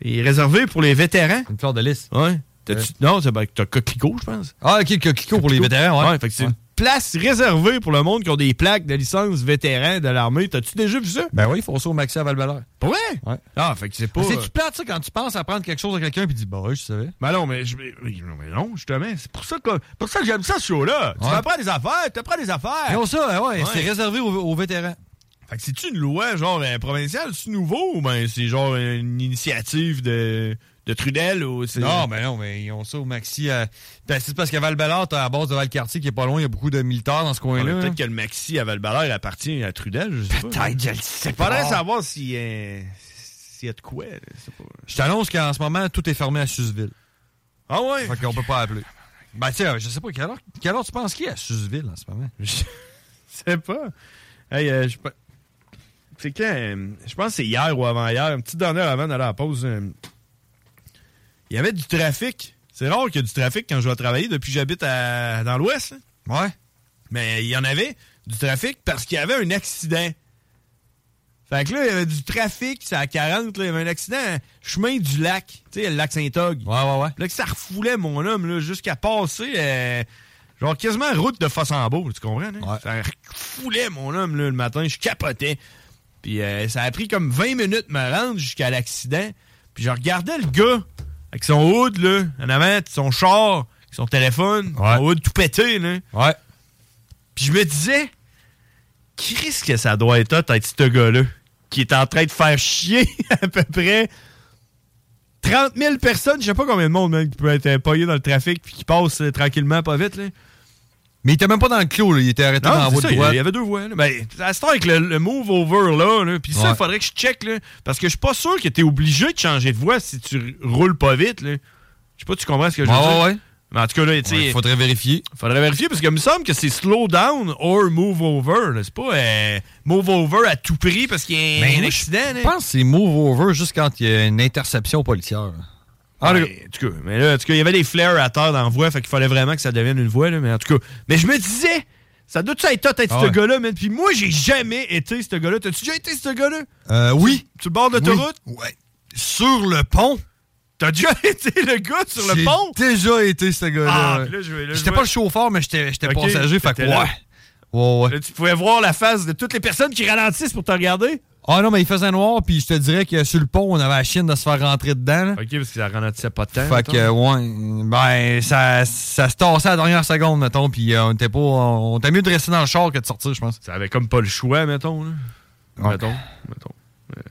D: Il est réservé pour les vétérans.
E: Une fleur de lys. Euh,
D: Ouais. T'as-tu- Non, c'est ben, t'as coquelicot, je pense.
E: Ah, ok, le coquelicot pour les vétérans, ouais.
D: Ouais, fait que c'est une place réservée pour le monde qui ont des plaques de licence vétérans de l'armée. T'as-tu déjà vu ça?
E: Ben oui, ils font ça au maxi à Val-Valeur.
D: Ouais.
E: Ouais.
D: Ah, fait que c'est pas.
E: C'est-tu plate, ça, quand tu penses à prendre quelque chose à quelqu'un puis dis, bah ouais, je savais.
D: Ben non, mais, je- mais- non, mais non, justement, c'est pour ça que, pour ça que j'aime ça, ce show-là. Tu
E: Ouais.
D: m'apprends des affaires, tu t'apprends des affaires.
E: Ils ont ça, ben ouais,
D: Ouais.
E: c'est réservé aux, aux vétérans.
D: Fait que c'est-tu une loi, genre, euh, provinciale? C'est nouveau ou ben c'est genre une initiative de, de Trudel ou c'est...
E: Non, mais non, mais ils ont ça au maxi. à- Ben, c'est parce qu'à Val-Ballard, t'as la base de Val-Cartier qui est pas loin, il y a beaucoup de militaires dans ce
D: Ouais,
E: coin-là.
D: Peut-être que le maxi à val appartient à Trudel, je sais pas.
E: Peut-être, je le sais
D: Faudrait
E: pas.
D: savoir si, euh, s'il y a de quoi, là, je sais pas.
E: Je t'annonce qu'en ce moment, tout est fermé à Susville.
D: Ah ouais?
E: Fait qu'on peut pas appeler. Ben, tu sais, je sais pas, quelle heure, quelle heure tu penses qu'il est à Susville en ce moment?
D: Je sais pas. Hey, euh, je... pe- C'est quand? euh, Je pense que c'est hier ou avant-hier, une petite dernière avant d'aller à la pause. euh, Il y avait du trafic. C'est rare qu'il y ait du trafic quand je vais travailler depuis que j'habite à... dans l'Ouest. hein.
E: Ouais.
D: Mais il y en avait du trafic parce qu'il y avait un accident. Fait que là, il y avait du trafic, c'est à 40, là, il y avait un accident à chemin du lac, tu sais, le lac Saint-Og.
E: Ouais, ouais, ouais.
D: Là, que ça refoulait mon homme, là, jusqu'à passer, euh, genre quasiment route de Fossambeau, tu comprends? hein?
E: Ouais.
D: Ça refoulait mon homme, là, le matin, je capotais. Puis euh, ça a pris comme 20 minutes de me rendre jusqu'à l'accident. Puis je regardais le gars avec son hood, là, en avant, son char, son téléphone,
E: Ouais.
D: son hood tout pété, là.
E: Ouais.
D: Puis je me disais, qu'est-ce que ça doit être hot d'être ce gars-là qui est en train de faire chier à peu près 30 000 personnes, je sais pas combien de monde même, qui peut être employé dans le trafic puis qui passe euh, tranquillement pas vite. Là.
E: Mais il était même pas dans le clos, là. Il était arrêté dans la
D: Non, c'est ça,
E: voie de
D: il y-
E: droite.
D: il y avait deux voies. Là. Ben, à ce temps avec le, le move over là, là, puis ça,
E: Ouais.
D: il faudrait que je check là, parce que je suis pas sûr que t'es obligé de changer de voie si tu roules pas vite. là. Je sais pas, tu comprends ce que je veux
E: Ouais,
D: dire?
E: ouais, ouais.
D: Mais en tout cas là, tu sais,
E: Ouais, faudrait vérifier.
D: Faudrait vérifier parce que il me semble que c'est slow down or move over. là. C'est pas euh, move over à tout prix parce qu'il y a
E: Mais
D: un
E: moi,
D: accident.
E: Je
D: là.
E: pense que c'est move over juste quand il y a une interception policière.
D: Ah,
E: Ben,
D: en tout cas- en tout cas, mais là, en tout cas, il y avait des flares à terre dans la voie, fait qu'il fallait vraiment que ça devienne une voie, là, mais en tout cas. Mais je me disais, ça doit être être
E: Ah
D: ce
E: ouais.
D: gars-là, man. Puis moi, j'ai jamais été ce gars-là. T'as-tu déjà été ce gars-là?
E: Euh, oui.
D: Sur le bord de l'autoroute?
E: Oui. Ouais. Sur le pont. T'as déjà été le gars sur le
D: J'ai
E: pont?
D: déjà été ce gars-là.
E: Ah,
D: ouais.
E: puis là, je vais- là, je
D: J'étais
E: vais-
D: pas le chauffeur, mais j'étais j'étais
E: Ok,
D: passager. Fait que,
E: t'étais là.
D: ouais. Ouais, ouais.
E: Là, tu pouvais voir la face de toutes les personnes qui ralentissent pour te regarder.
D: Ah non, mais il faisait noir, puis je te dirais que sur le pont, on avait la chienne de se faire rentrer dedans. là.
E: OK, parce qu'ils ralentissait pas de temps.
D: Fait que, ouais, ben, ça, ça se tassait à la dernière seconde, mettons, puis euh, on était pas. On était mieux de rester dans le char que de sortir, je pense.
E: Ça avait comme pas le choix, mettons. là.
D: Ouais.
E: Mettons. Mettons. euh,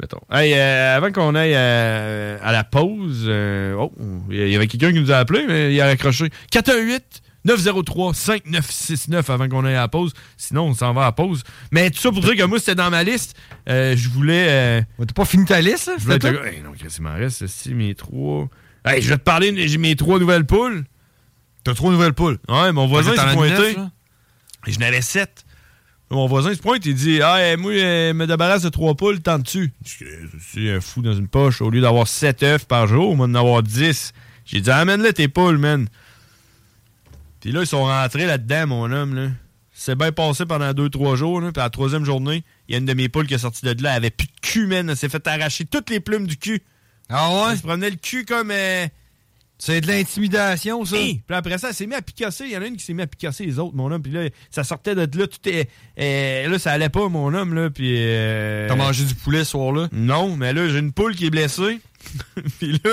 E: mettons. Hey, euh, avant qu'on aille euh, à la pause, euh, oh, il y- y avait quelqu'un qui nous a appelé, mais il a raccroché. 418 903 5969 avant qu'on aille à la pause. Sinon, on s'en va à la pause. Mais tout ça pour dire que moi, c'était dans ma liste. Euh, je voulais. euh,
D: Ouais, T'as pas fini ta liste, là?
E: je voulais être
D: c'était
E: le
D: tout?
E: gars- Hey, non, Chris, il m'en reste, si, mes trois. Hey, je vais te parler, de- j'ai mes trois nouvelles poules.
D: T'as trop de nouvelles poules.
E: Ouais, mon voisin
D: T'en
E: s'est
D: as
E: pointé.
D: neuf, là?
E: Et je n'avais sept. Mon voisin se pointe, il dit Ah, euh, moi, euh, me débarrasse de trois poules, tant dessus. Je suis un fou dans une poche. Au lieu d'avoir sept œufs par jour, moi, d'en avoir dix. J'ai dit Amène-le tes poules, man. Puis là, ils sont rentrés là-dedans, mon homme. là. C'est bien passé pendant deux, trois jours. Là. Puis à la troisième journée, il y a une de mes poules qui est sortie de là. Elle avait plus de cul, man. Elle s'est fait arracher toutes les plumes du cul.
D: Ah ouais?
E: Elle se promenait le cul comme. euh,
D: C'est de l'intimidation, ça.
E: Hey! Puis après ça, elle s'est mise à picasser. Il y en a une qui s'est mise à picasser les autres, mon homme. Puis là, ça sortait de là, tout est. euh, là, ça allait pas, mon homme, là. Puis. euh,
D: T'as mangé du poulet ce soir-là?
E: Non, mais là, j'ai une poule qui est blessée. puis là.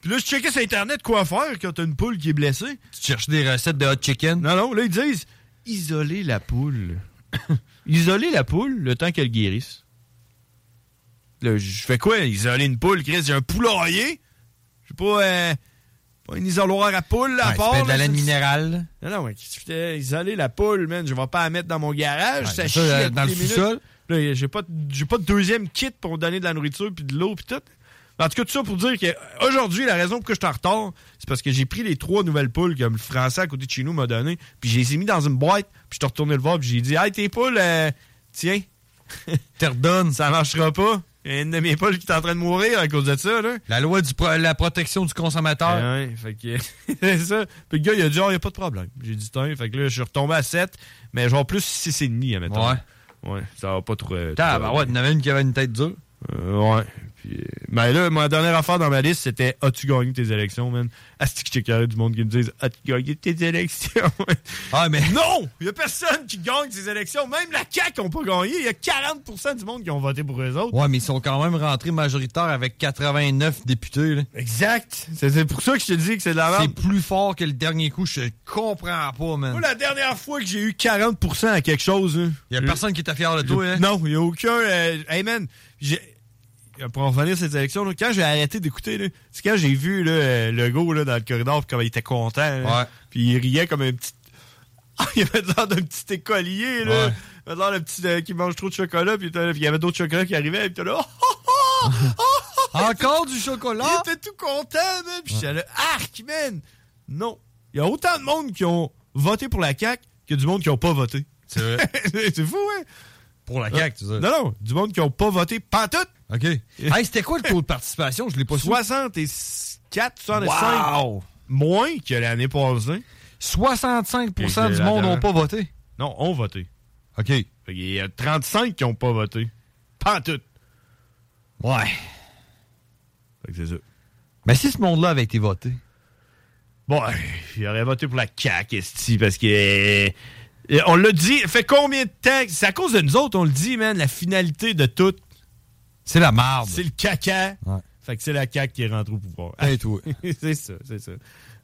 E: Puis là, je checkais sur Internet quoi faire quand t'as une poule qui est blessée.
D: Tu cherches des recettes de hot chicken?
E: Non, non, là, ils disent isoler la poule. isoler la poule le temps qu'elle guérisse. Là, je fais quoi, isoler une poule, Chris? J'ai un poulailler. J'ai pas, euh, pas un isoloir à poule, là, à
D: Ouais, tu
E: part.
D: fais de la
E: là,
D: laine
E: c'est-
D: minérale.
E: Non, non, mais qui se fait isoler la poule, man. Je vais pas la mettre dans mon garage.
D: Ouais,
E: ça
D: ça,
E: chie
D: euh,
E: à
D: dans
E: toutes
D: le
E: les minutes.
D: sous-sol.
E: Là, j'ai pas, de- j'ai pas de deuxième kit pour donner de la nourriture puis de l'eau puis tout. En tout cas, tout ça pour dire que euh, aujourd'hui, la raison pour que je suis en retard, c'est parce que j'ai pris les trois nouvelles poules que le français à côté de chez nous m'a donné, puis je les ai mis dans une boîte, puis je suis retourné le voir, puis j'ai dit Hey, tes poules, euh, tiens,
D: Te redonne.
E: ça marchera pas. Il y a une de mes poules qui est en train de mourir à cause de ça, là. Eh
D: La loi du pro- la protection du consommateur.
E: Ouais, ouais, fait que c'est ça. Puis le gars, il a dit, Ah, il n'y a pas de problème. J'ai dit, tiens, fait que là, je suis retombé à 7, mais genre plus 6,5, admettons.
D: Ouais.
E: Ouais, ça va pas trop. euh,
D: Putain,
E: trop-
D: bah ouais, il y en avait une qui avait une tête dure.
E: Euh, ouais. Puis, euh, mais là, ma dernière affaire dans ma liste, c'était As-tu gagné tes élections, man? Asti que j'ai carré du monde qui me disent As-tu gagné tes élections?
D: Ah, mais.
E: non! Il n'y a personne qui gagne ses élections. Même la CAQ n'a pas gagné. Il y a 40 du monde qui ont voté pour eux autres.
D: Ouais, mais ils sont quand même rentrés majoritaires avec 89 députés. là.
E: Exact. C'est c'est pour ça que je te dis que c'est de la merde.
D: C'est plus fort que le dernier coup, je comprends pas,
E: Moi,
D: man.
E: la dernière fois que j'ai eu 40 à quelque chose, là,
D: Il y a
E: je-
D: personne qui était fier de
E: je-
D: toi, hein?
E: Non, il n'y a aucun. euh, hey man, j'ai- euh, pour en revenir à cette élection, là, quand j'ai arrêté d'écouter, là, c'est quand j'ai vu là, euh, le gars là, dans le corridor, puis comment il était content. là.
D: Ouais.
E: Puis il riait comme un petit. il avait l'air d'un petit écolier, là.
D: Ouais.
E: Il avait l'air d'un petit euh, qui mange trop de chocolat, puis il était là- puis il y avait d'autres chocolats qui arrivaient, puis il était là. Oh, oh, oh, oh, oh,
D: Encore du chocolat?
E: il était tout content, man. Puis j'étais là, arc, man. Non. Il y a autant de monde qui ont voté pour la CAQ que du monde qui n'ont pas voté.
D: C'est vrai.
E: C'est fou, hein?
D: Pour la CAQ, tu sais.
E: Non, non. Du monde qui n'ont pas voté pantoute.
D: OK. Hey, c'était quoi le taux de participation? Je l'ai pas su.
E: 64, 65.
D: Wow!
E: Moins que l'année passée.
D: 65
E: Et c'est
D: du
E: la
D: monde
E: dernière.
D: n'ont pas voté.
E: Non, ont voté.
D: OK.
E: Il y a 35 qui n'ont pas voté. Pantoute.
D: Ouais.
E: Fait que c'est ça.
D: Mais si ce monde-là avait été voté.
E: Bon, euh, il aurait voté pour la CAQ, esti, parce que... euh, euh, On l'a dit, fait combien de temps? C'est à cause de nous autres, on le dit, man, la finalité de tout.
D: C'est la marde.
E: C'est le caca.
D: Ouais.
E: Fait que c'est la CAQ qui est rentrée au pouvoir.
D: Hey, toi.
E: c'est ça, c'est ça.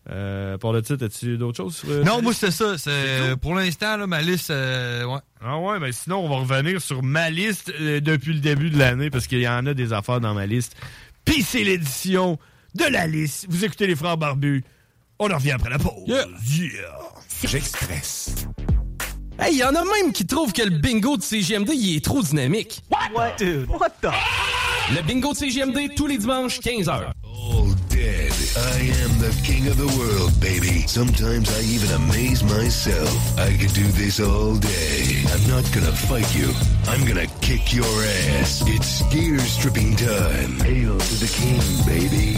E: Euh, par le titre, as-tu d'autres choses? sur, euh,
D: Non,
E: ta
D: moi,
E: liste?
D: c'est ça. C'est, pour l'instant, là, ma liste, euh, ouais.
E: Ah ouais, mais sinon, on va revenir sur ma liste euh, depuis le début de l'année, parce qu'il y en a des affaires dans ma liste. Puis c'est l'édition de la liste. Vous écoutez les Frères Barbus. On en revient après la pause. Yeah.
H: J'expresse.
I: Hey, y en a même qui trouvent que le bingo de CGMD, il est trop dynamique. What? Le bingo de CGMD, tous les dimanches, 15h.
G: All dead. I am the king of the world, baby. Sometimes I even amaze myself. I could do this all day. I'm not gonna fight you. I'm gonna kick your ass. It's gear stripping time. Hail to the king, baby.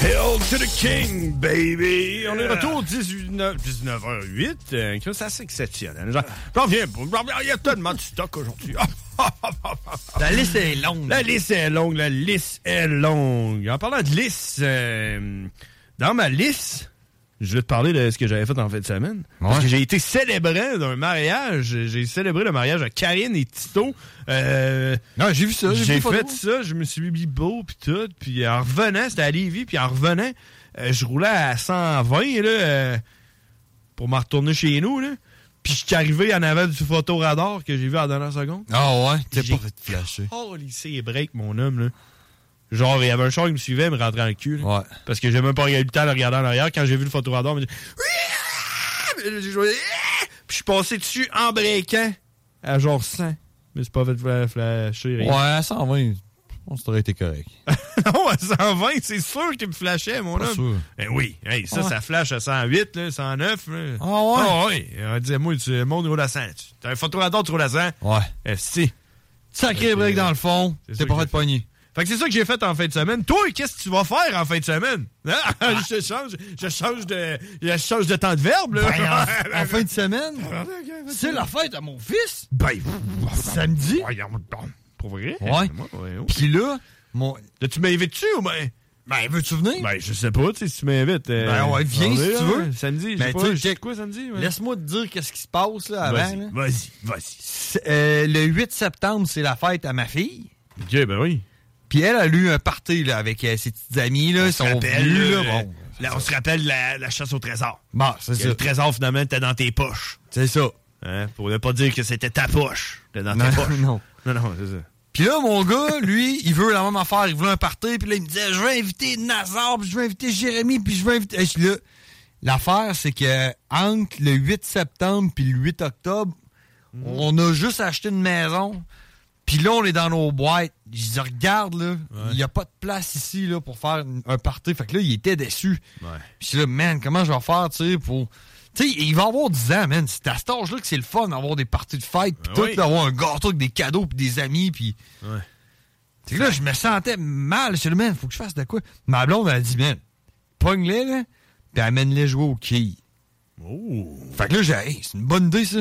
D: Hell to the King, baby! On est de retour 19, 19h08. Euh, Chris, C'est assez exceptionnel. Genre, J'en viens pas. Il y a tellement de stock aujourd'hui. la liste est longue. La liste est longue. La liste est longue. En parlant de liste, euh, dans ma liste, je vais te parler de ce que j'avais fait en fin de semaine. Parce que j'ai été célébré d'un mariage. J'ai célébré le mariage à Karine et Tito. non, j'ai vu
E: ça, j'ai vu
D: J'ai fait
E: les photos.
D: ça, je me suis mis beau puis tout, puis en revenant, c'était à Lévis, puis en revenant, euh, je roulais à 120 là, euh, pour me retourner chez nous là. Puis je suis arrivé en avant du photoradar que j'ai vu à la dernière seconde.
E: Ah ouais, t'es pas fait flasher.
D: Oh, lycée break, mon homme, là. Genre, il y avait un char qui me suivait, il me rentrait dans le cul. là. Parce que j'ai même pas eu le temps de regarder en arrière. Quand j'ai vu le photoradar, il me dit Ah! Puis j'ai joué, Ah! Puis je suis passé dessus en breakant à genre 100. Mais c'est pas fait fla- flasher. rien.
E: Ouais, à 120, on aurait été correct.
D: non, à 120, c'est sûr qu'il me flashait, mon
E: Pas sûr.
D: homme. Eh oui, hey, ça,
E: Ah ouais.
D: ça flash à 108, là, 109. là. Ah
E: ouais?
D: ouais. On disait, moi, tu, le monde roule à 100. Tu- T'as un photoradar, tu roules à 100.
E: Ouais.
D: Eh, si. Eh,
E: Sacré break dans le fond. T'es pas fait de pogner.
D: Fait que c'est ça que j'ai fait en fin de semaine. Toi, qu'est-ce que tu vas faire en fin de semaine? Hein? je te change, je change de, je change de temps de verbe, là.
E: Ben,
D: Ah,
E: en, en fin de semaine, c'est la fête à mon fils.
D: Ben,
E: samedi.
D: Pour vrai?
E: Ouais.
D: Moi, ouais, ouais.
E: Puis là, mon.
D: Là, tu m'invites-tu ou ben?
E: Ben, veux-tu venir?
D: Ben, je sais pas, tu sais, si tu m'invites. euh,
E: Ben ouais, viens
D: on
E: si
D: verra,
E: tu veux.
D: hein. Samedi, je
E: Ben,
D: sais
E: tu
D: pas.
E: sais,
D: je-
E: check.
D: quoi samedi? ouais?
E: Laisse-moi te dire qu'est-ce qui se passe là avant.
D: Vas-y,
E: là.
D: vas-y, vas-y.
E: C'est, euh, le 8 septembre, c'est la fête à ma fille.
D: Ok, ben oui.
E: Puis elle a lu un party là, avec euh, ses petites amies. Là, ils
D: se
E: sont
D: rappelle,
E: venus. Là,
D: euh,
E: bon,
D: là, on se rappelle la, la chasse au trésor.
E: Bon, c'est
D: Que
E: ça.
D: Le trésor, finalement, était dans tes poches.
E: C'est ça.
D: Hein? Pour ne pas dire que c'était ta poche. C'était dans
E: Non,
D: tes poches.
E: non.
D: non, non, c'est ça.
E: Puis là, mon gars, lui, il veut la même affaire. Il voulait un party. Puis là, il me disait Je vais inviter Nazar, puis je vais inviter Jérémy, puis je vais inviter. Et je suis là. L'affaire, c'est que entre le 8 septembre puis le 8 octobre, on a juste acheté une maison. Puis là, on est dans nos boîtes. Je dis Regarde, là, il n'y a pas de place ici là, pour faire une- un party. Fait que là, il était déçu.
D: Ouais.
E: Puis je suis là, man, comment je vais faire, tu sais, pour. Tu sais, il va avoir 10 ans, man. C'est à cet âge-là que c'est le fun d'avoir des parties de fête, puis
D: Ben
E: tout,
D: oui.
E: d'avoir un gâteau avec des cadeaux, puis des amis, puis.
D: Ouais.
E: Fait que là, je me sentais mal. Je suis là, man, faut que je fasse de quoi? Ma blonde, elle a dit, man, pogne-les, là, puis amène-les jouer au quilles.
D: Oh.
E: Fait que là, j'ai, hey, c'est une bonne idée, ça.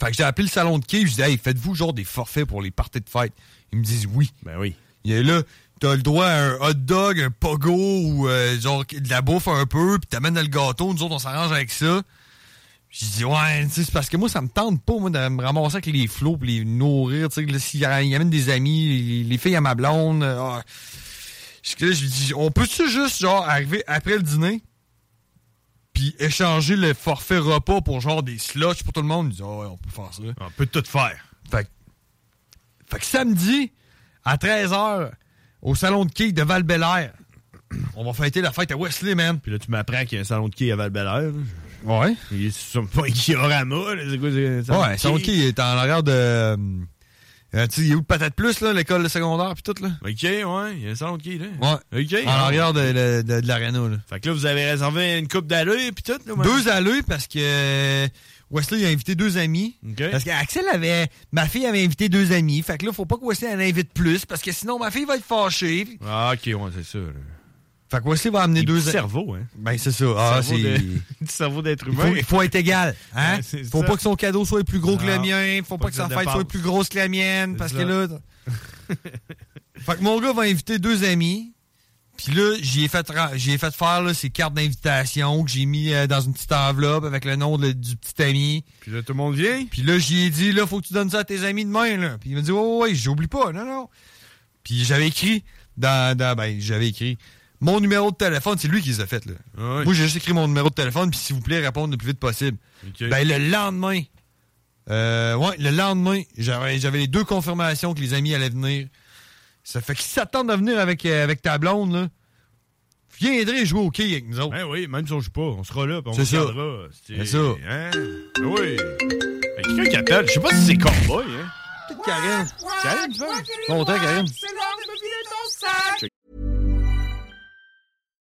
E: Fait que j'ai appelé le salon de quilles, je dis, hey, faites-vous genre des forfaits pour les parties de fête. Ils me disent oui.
D: Ben oui.
E: Il est là, t'as le droit à un hot dog, un pogo ou euh, genre de la bouffe un peu, puis t'amènes le gâteau, nous autres on s'arrange avec ça. J'ai dit ouais, tu sais, c'est parce que moi ça me tente pas moi de me ramasser avec les flots puis les nourrir, tu sais, là, s'il y a- il y amène des amis, les, les filles à ma blonde. euh, ah. Parce que là, je lui dis on peut-tu juste genre arriver après le dîner puis échanger le forfait repas pour genre des slushs pour tout le monde. Il dit Ah ouais, on peut faire ça.
D: On peut tout faire.
E: Fait que, fait que samedi, à 13h, au salon de quilles de val air on va fêter la fête à Wesley, man.
D: Puis là, tu m'apprends qu'il y a un salon de quilles à Val-Belair. là.
E: Ouais.
D: Il est sur pas un Kiorama, là. C'est quoi, c'est un salon
E: ouais,
D: de
E: le salon de
D: quilles?
E: quilles est en arrière de. euh, euh, tu sais, il est où le patate plus, là, l'école de secondaire, puis tout, là?
D: Ok, ouais, il y a un salon de quilles, là.
E: Ouais.
D: Ok.
E: En arrière de, de, de- de l'aréna, là.
D: Fait que là, vous avez réservé une coupe d'allées, puis tout, là. ouais.
E: Deux allées parce que euh, Wesley il a invité deux amis.
D: Ok.
E: Parce qu'Axel avait. Ma fille avait invité deux amis. Fait que là, faut pas que Wesley en invite plus parce que sinon ma fille va être fâchée.
D: Ah, ok, ouais, c'est ça, là.
E: Fait que Wesley va amener
D: Du
E: deux amis.
D: cerveau, hein.
E: Ben, c'est ça. Ah,
D: Cerveau de-
E: c'est.
D: du cerveau d'être
E: Il faut,
D: humain.
E: il faut être égal. Hein?
D: Ouais, c'est
E: faut
D: ça.
E: pas que son cadeau soit plus gros que le
D: Non.
E: mien. Faut pas, que,
D: ça
E: sa fête
D: dépasse.
E: soit plus grosse que la mienne.
D: C'est
E: Parce
D: ça.
E: que là. fait que mon gars va inviter deux amis. Puis là, j'y ai fait, ra- j'y ai fait faire là, ces cartes d'invitation que j'ai mis euh, dans une petite enveloppe avec le nom de- du petit ami.
D: Puis là, tout le monde vient.
E: Puis là, j'y ai dit, là, faut que tu donnes ça à tes amis demain, là. Puis il m'a dit, ouais, ouais, ouais, j'oublie pas, non, non. Puis j'avais écrit, dans, dans- ben, j'avais écrit, mon numéro de téléphone, c'est lui qui les a fait, là.
D: Ah oui.
E: Moi, j'ai juste écrit mon numéro de téléphone, puis s'il vous plaît, répondre le plus vite possible.
D: Ok.
E: Ben, le lendemain, euh, ouais, le lendemain, j'avais, j'avais les deux confirmations que les amis allaient venir. Ça fait qu'ils s'attendent à venir avec, euh, avec ta blonde, là. Viendrez jouer au quai avec nous autres.
D: Ben oui, même si on joue pas, on sera là, puis on
E: C'est ça.
D: regardera.
E: C'est ça.
D: Hein? Ben oui. Ben, quelqu'un qui appelle, je sais pas si c'est Cowboy, hein.
E: Peut-être Karine.
D: Karine, tu penses?
E: Bon, t'as Karine.
J: A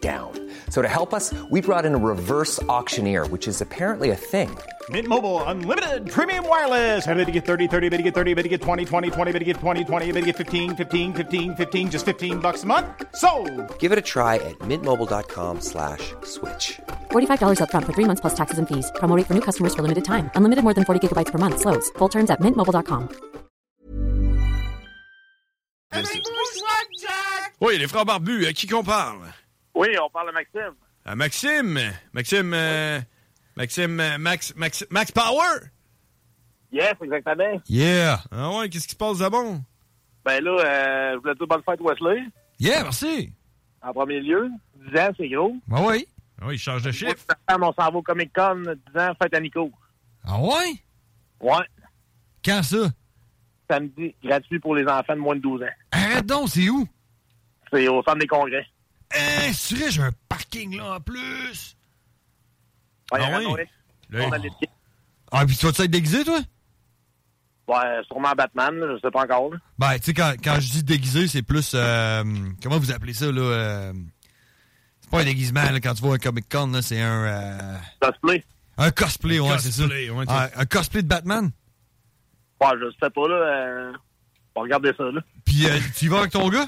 K: down. So to help us, we brought in a reverse auctioneer, which is apparently a thing.
L: Mint Mobile unlimited premium wireless. Ready to get 30, 30, bet you get 30, bet you get 20, 20, 20, bet you get 20, 20, bet you get 15, 15, 15, 15 just 15 bucks a month. So,
K: Give it a try at mintmobile.com slash switch.
M: $45 up front for three months plus taxes and fees. Promo rate for new customers for limited time. Unlimited more than 40 gigabytes per month. Slows. Full terms at mintmobile.com.
D: Oui, les frères barbus, à qui qu'on parle?
C: Oui, on parle de Maxime.
D: À Ah, Maxime. Maxime, euh, Maxime, euh, Max, Max, Max Power.
C: Yes, exactement.
D: Yeah. Ah ouais, qu'est-ce qui se passe de bon?
C: Ben là, euh, je voulais te dire bonne fête, Wesley.
D: Yeah, merci.
C: En premier lieu, 10 ans, c'est gros.
D: Ah oui. Ah oui, il change de chiffre.
C: On s'en va au Comic Con, 10 ans, fête à Nico.
D: Ah ouais?
C: Ouais.
D: Quand ça?
C: Samedi, gratuit pour les enfants de moins de 12 ans.
D: Arrête donc, c'est où?
C: C'est au centre des congrès.
D: Hein, c'est vrai, j'ai un parking là en plus.
C: Ouais,
D: Ah
C: il y en a
D: oui?
C: un. On a des-
E: Ah, puis tu vas-tu être déguisé, toi?
C: Ouais, sûrement Batman, là, je sais pas encore. là.
E: Ben, tu sais, quand, quand je dis déguisé, c'est plus. euh, comment vous appelez ça, là? euh, c'est pas un déguisement, là, quand tu vois un Comic Con, là, c'est un. euh,
C: Cosplay.
E: Un cosplay,
C: Un
E: ouais, c'est ça.
C: cosplay, ouais, tu-
E: Ah, un cosplay de Batman.
C: Ouais, je sais pas, là. euh, on va regarder ça, là.
E: Puis euh, tu y vas avec ton gars?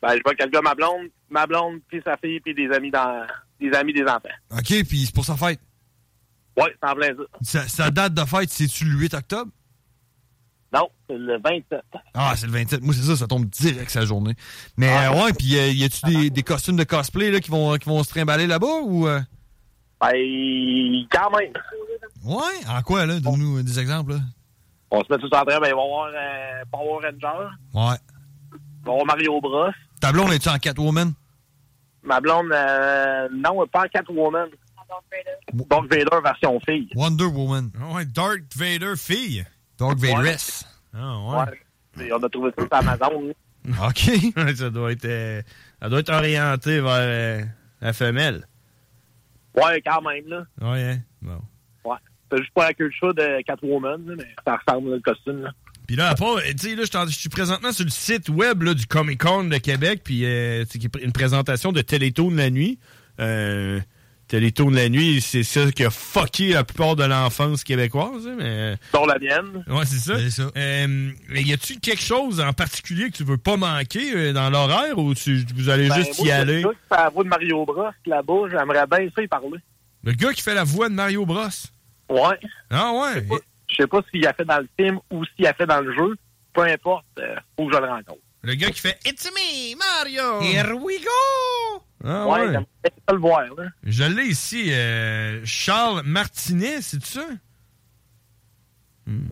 C: Ben, je vois que le gars, ma blonde, ma blonde, puis sa fille, puis des amis dans, des amis des enfants.
E: OK, puis c'est pour sa fête.
C: Ouais, c'est en plein ça.
E: Sa, sa date de fête, c'est-tu le 8 octobre?
C: Non, c'est le 27.
E: Ah, c'est le 27. Moi, c'est ça, ça tombe direct sa journée. Mais euh, ouais, puis euh, y a-tu des, des costumes de cosplay là, qui, vont, qui vont se trimballer là-bas ou. euh?
C: Ben, quand même.
E: Ouais, en quoi, là? Donne-nous euh, des exemples, là.
C: On se met tous en train, ben, ils vont voir euh, Power Ranger,
E: Ouais.
C: ils vont voir Mario Bros.
E: Ta blonde, es-tu en Catwoman?
C: Ma blonde, euh, non, pas en Catwoman. Dark Vader version fille.
E: Wonder Woman.
D: Ah ouais, Dark Vader fille.
E: Dark Vader.
D: Ah ouais.
C: Ouais. Et On a trouvé ça sur Amazon.
E: OK.
D: ça, doit être, euh, ça doit être orienté vers euh, la femelle.
C: Ouais, quand même, là.
D: Ouais, hein? Bon.
C: Ouais. C'est juste pas la culture de Catwoman, là, mais ça ressemble, là, le costume, là.
D: Puis là, à part, euh, tu sais, là, je t'en- je suis présentement sur le site web là, du Comic Con de Québec, puis euh, c'est qui est pr- une présentation de Télétoon la nuit. Euh, Télétoon la nuit, c'est ça qui a fucké la plupart de l'enfance québécoise, hein, mais.
C: Dont la mienne.
D: Ouais, c'est ça. Euh, mais y a-tu quelque chose en particulier que tu veux pas manquer euh, dans l'horaire ou tu, vous allez
C: Ben,
D: juste
C: moi, c'est
D: y aller?
C: Le gars qui fait la voix de Mario Bros là-bas, j'aimerais bien ça y parler.
D: Le gars qui fait la voix de Mario Bros.
C: Ouais.
D: Ah ouais?
C: Je sais pas s'il a fait dans le film ou s'il a fait dans le jeu. Peu importe, euh, faut que je le rencontre.
D: Le gars qui fait It's me, Mario!
C: Here
D: we go! Ah ouais.
C: j'aimerais ça le voir, là.
D: Je l'ai ici, euh, Charles Martinet, c'est ça?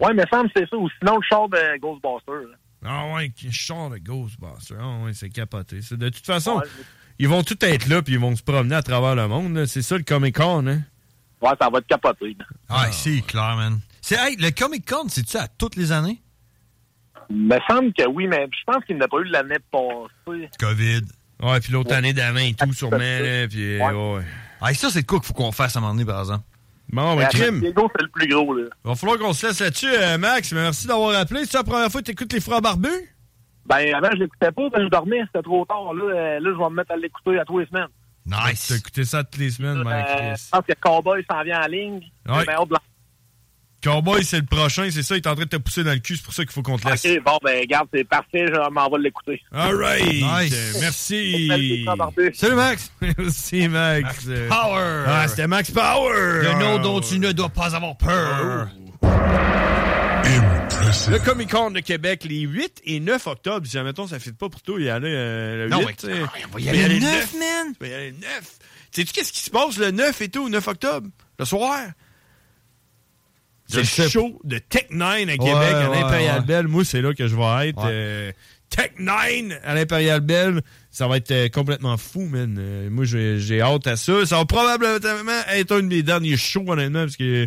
C: Ouais, mais semble que c'est ça. Ou sinon, le char de Ghostbusters. là.
D: Ah ouais, qui- Charles de Ghostbusters. Ah ouais, c'est capoté. C'est- De toute façon, ils vont tous être là puis ils vont se promener à travers le monde. là. C'est ça le Comic Con, hein?
C: Ouais, ça va te capoter.
E: Ah, c'est clair, man. C'est, hey, le Comic Con, c'est-tu à toutes les années?
C: me semble que oui, mais Ben, je pense qu'il n'a pas eu l'année passée.
E: COVID.
D: Ouais, puis l'autre année d'avant et tout, sûrement, là, puis ouais.
E: Ah, et ça, c'est de quoi qu'il faut qu'on fasse à un moment donné, par exemple?
D: Bon, ben, crime.
C: Diego, c'est le plus gros, là.
D: Va falloir qu'on se laisse là-dessus, euh, Max. Mais merci d'avoir appelé. C'est la première fois que t'écoutes les frères barbus?
C: Ben, avant, je l'écoutais pas, ben, je dormais, c'était trop tard. Là, euh, là, je vais me mettre à l'écouter à tous les semaines.
D: Nice. T'as écouté ça toutes les semaines,
C: Euh,
D: Max.
C: je pense que Cowboy s'en vient en ligne.
D: Ouais.
C: J'ai bien hâte de l'en-
E: Cowboy, c'est le prochain, c'est ça, il est en train de te pousser dans le cul, c'est pour ça qu'il faut qu'on te laisse.
C: OK, bon, ben, garde, c'est parfait, je m'en vais l'écouter.
E: All right. Euh, Merci. Salut Max. Merci Max.
C: Power.
E: Ah, c'était Max Power.
D: Le nom
E: dont tu ne dois pas avoir peur. Le Comic Con de Québec, les 8 et 9 octobre, si mettons, ça ne fait pas pour toi, il y en a euh, le
D: Non,
E: 8.
D: mais-
E: tu sais.
D: ah, on va y
E: Mais
D: aller
E: il
D: le 9,
E: man. Il y a le 9. Sais-tu qu'est-ce qui se passe le 9 et tout, 9 octobre, le soir? C'est le show de Tech 9 à Québec, à
D: ouais,
E: l'Impérial
D: ouais.
E: Bell. Moi, c'est là que je vais être.
D: Ouais.
E: euh, Tech 9 à l'Impérial Bell. Ça va être euh, complètement fou, man. Euh, moi, j'ai j'ai hâte à ça. Ça va probablement être un de mes derniers shows, honnêtement, parce que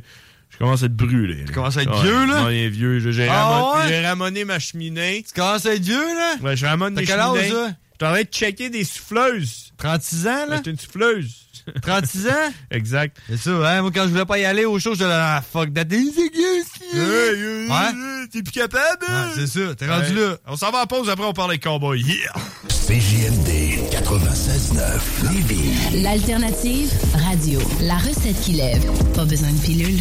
E: je commence à être brûlé. Tu commences
D: à être vieux, là?
E: Non, il est vieux. Je- J'ai
D: Ah,
E: ramon-
D: ouais?
E: j'ai ramonné ma cheminée. Tu commences à être vieux, là? Ouais, je ramone
D: T'as
E: des
D: quel âge,
E: cheminées.
D: là?
E: Je suis en train de checker des souffleuses. 36 ans, là? C'est Ben, une souffleuse.
D: 36 Hein, ans?
E: exact.
D: C'est ça, hein? Moi, quand je voulais pas y aller au show, je disais, ah, fuck that. Hey, c'est gay, c'est-
E: Ouais? T'es plus capable? c'est ça. T'es
D: rendu
E: là. On s'en va en pause, après on parle des cowboys. Yeah!
G: CJMD 96.9 Lévis.
N: L'alternative radio. La recette qui lève. Pas besoin de pilule.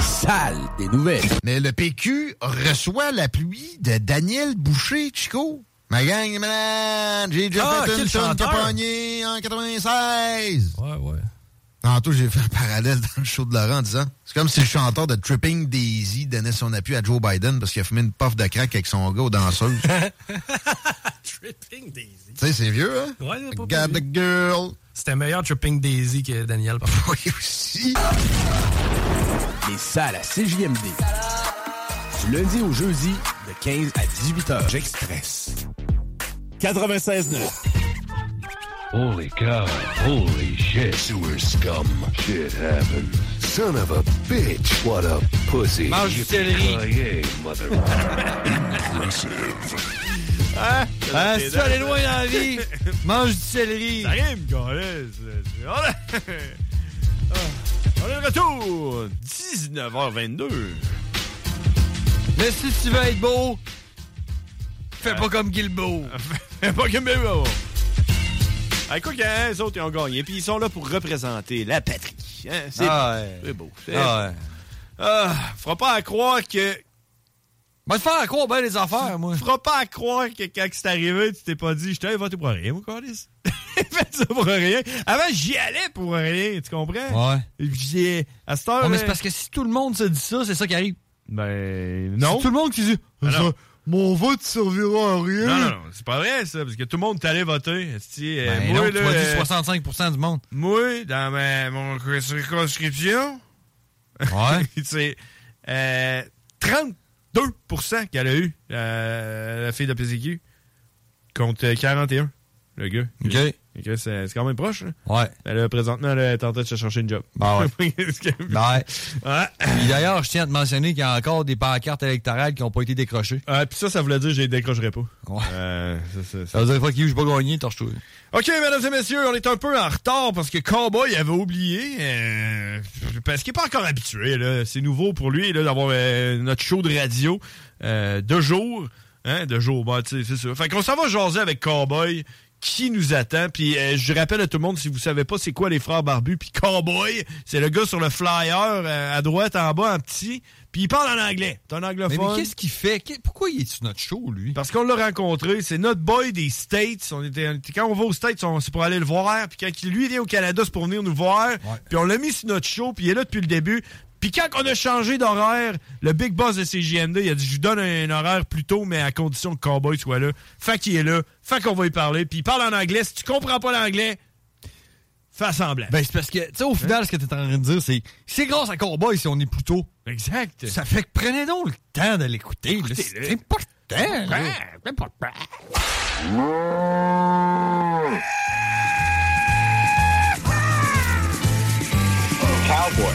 O: Sale des nouvelles. Mais le PQ reçoit l'appui de Daniel Boucher, Chico. Ma gang, man, j'ai déjà
D: Ah,
O: fait une
D: quel
O: tonne de
D: chanteur.
O: pogné en 96. Ouais, ouais. Tantôt, j'ai fait un parallèle dans le show de Laurent en disant c'est comme si le chanteur de Tripping Daisy donnait son appui à Joe Biden parce qu'il a fumé une puff de crack avec son gars aux danseuses.
P: Tripping Daisy.
O: tu sais, c'est vieux, hein?
P: Ouais, c'est pas
O: Got the
P: possible.
O: girl.
P: C'était meilleur Tripping Daisy que Daniel.
O: Oui, aussi.
Q: Les salles à CJMD. Du lundi au jeudi, de 15 à 18 heures. J'express. 96.9.
G: Holy cow. Holy shit. Sewer scum. Shit happened. Son of a bitch. What a pussy.
D: Mange du céleri.
G: Yippee-ki-yay, mother. Impressive.
E: Ah,
D: Ah, si tu veux aller loin dans la vie, mange du
E: céleri. Ça rime, gars. On a- On est de retour. 19h22.
D: Mais si tu veux être beau, fais pas comme Guilbeault.
E: Hein? Fais pas comme Guilbeault. Ah, quoi que les autres, ils ont gagné. Puis ils sont là pour représenter la patrie. Hein, c'est
D: Ah
E: beau.
D: ouais.
E: C'est beau. C'est
D: Ah
E: beau. Ah, fera pas à croire que. Va te faire à croire bien les affaires, moi. Fera pas à croire que quand c'est arrivé, tu t'es pas dit, je t'ai voté pour rien, mon calice. Faites ça pour rien. Avant, j'y allais pour rien, tu comprends?
D: Ouais.
E: J'y À cette heure.
D: Ouais, mais
E: là-
D: c'est parce que si tout le monde se dit ça, c'est ça qui arrive.
E: Ben, non.
D: Si tout le monde qui dit,
E: Ah, non.
D: ça, mon vote servira à rien.
E: Non, non, non, c'est pas vrai, ça, parce que tout le monde est allé voter. Esti, euh,
D: Ben
E: moi,
D: non, tu
E: là,
D: m'as dit
E: euh,
D: 65% du monde.
E: Moi, dans ma, mon circonscription, c'est euh, 32 qu'elle a eu, euh, la fille de PCQ, contre euh, 41, le gars.
D: OK.
E: Ok, c'est c'est quand même proche. hein.
D: Ouais.
E: Elle, euh, présentement, elle est en train de se chercher une job.
D: Ben ouais. Ben
E: Qu'est-ce que-
D: Ouais. Puis D'ailleurs, je tiens à te mentionner qu'il y a encore des pancartes électorales qui n'ont pas été décrochées.
E: Ah, Puis ça, ça voulait dire que je les décrocherai pas. Euh, ça, ça,
D: Ça veut dire, fuck you, j'ai pas gagné, torche-toi.
E: OK, mesdames et messieurs, on est un peu en retard parce que Cowboy avait oublié. euh, parce qu'il n'est pas encore habitué. là. C'est nouveau pour lui là, d'avoir euh, notre show de radio euh, de jour. Hein, de jour, bah, tu sais, c'est ça. Fait qu'on s'en va jaser avec Cowboy qui nous attend. Puis euh, je rappelle à tout le monde, si vous savez pas c'est quoi les frères barbus, puis Cowboy, c'est le gars sur le flyer euh, à droite, en bas, en petit. Puis il parle en anglais. C'est un anglophone.
D: Mais- mais qu'est-ce qu'il fait? Qu'est- Pourquoi il est sur notre show, lui?
E: Parce qu'on l'a rencontré, c'est notre boy des States. On était, on était- quand on va aux States, on- c'est pour aller le voir. Puis quand il- lui vient au Canada, c'est pour venir nous voir. Puis on l'a mis sur notre show, puis il est là depuis le début. Puis quand on a changé d'horaire, le big boss de CJMD, il a dit, je vous donne un, un horaire plus tôt, mais à condition que Cowboy soit là. Fait qu'il est là, fait qu'on va y parler. Puis il parle en anglais. Si tu comprends pas l'anglais, fais semblant. Hein?
D: Ben, c'est parce que, tu sais, au final, ce que t'es en train de dire, c'est c'est grâce à Cowboy si on est plus tôt.
E: Exact.
D: Ça fait que prenez donc le temps de l'écouter. là. C'est important. là.
L: Cowboy.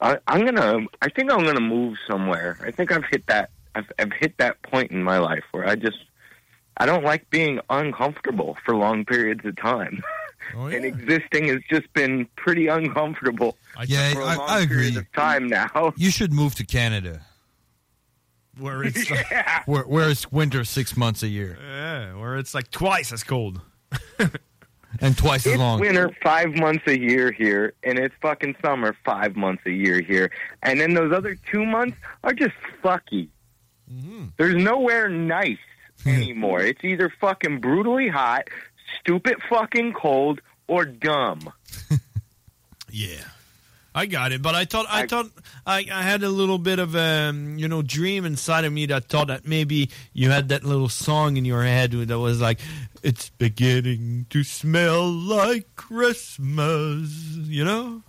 L: I, I'm gonna. I think I'm gonna move somewhere. I think I've hit that. I've, I've hit that point in my life where I just. I don't like being uncomfortable for long periods of time.
E: Oh,
L: And existing has just been pretty uncomfortable.
E: yeah,
L: for a
E: I,
L: long
E: I agree.
L: period of time now.
E: You should move to Canada,
D: Where it's
E: uh, where where it's winter six months a year
D: yeah, where it's like twice as cold.
E: and twice as
L: It's
E: long.
L: winter five months a year here, and it's fucking summer five months a year here. And then those other two months are just fucky. There's nowhere nice anymore. it's either fucking brutally hot, stupid fucking cold, or dumb.
D: Yeah. I got it, but I thought I, thought I, I had a little bit of a you know dream inside of me that thought that maybe you had that little song in your head that was like it's beginning to smell like Christmas, you know?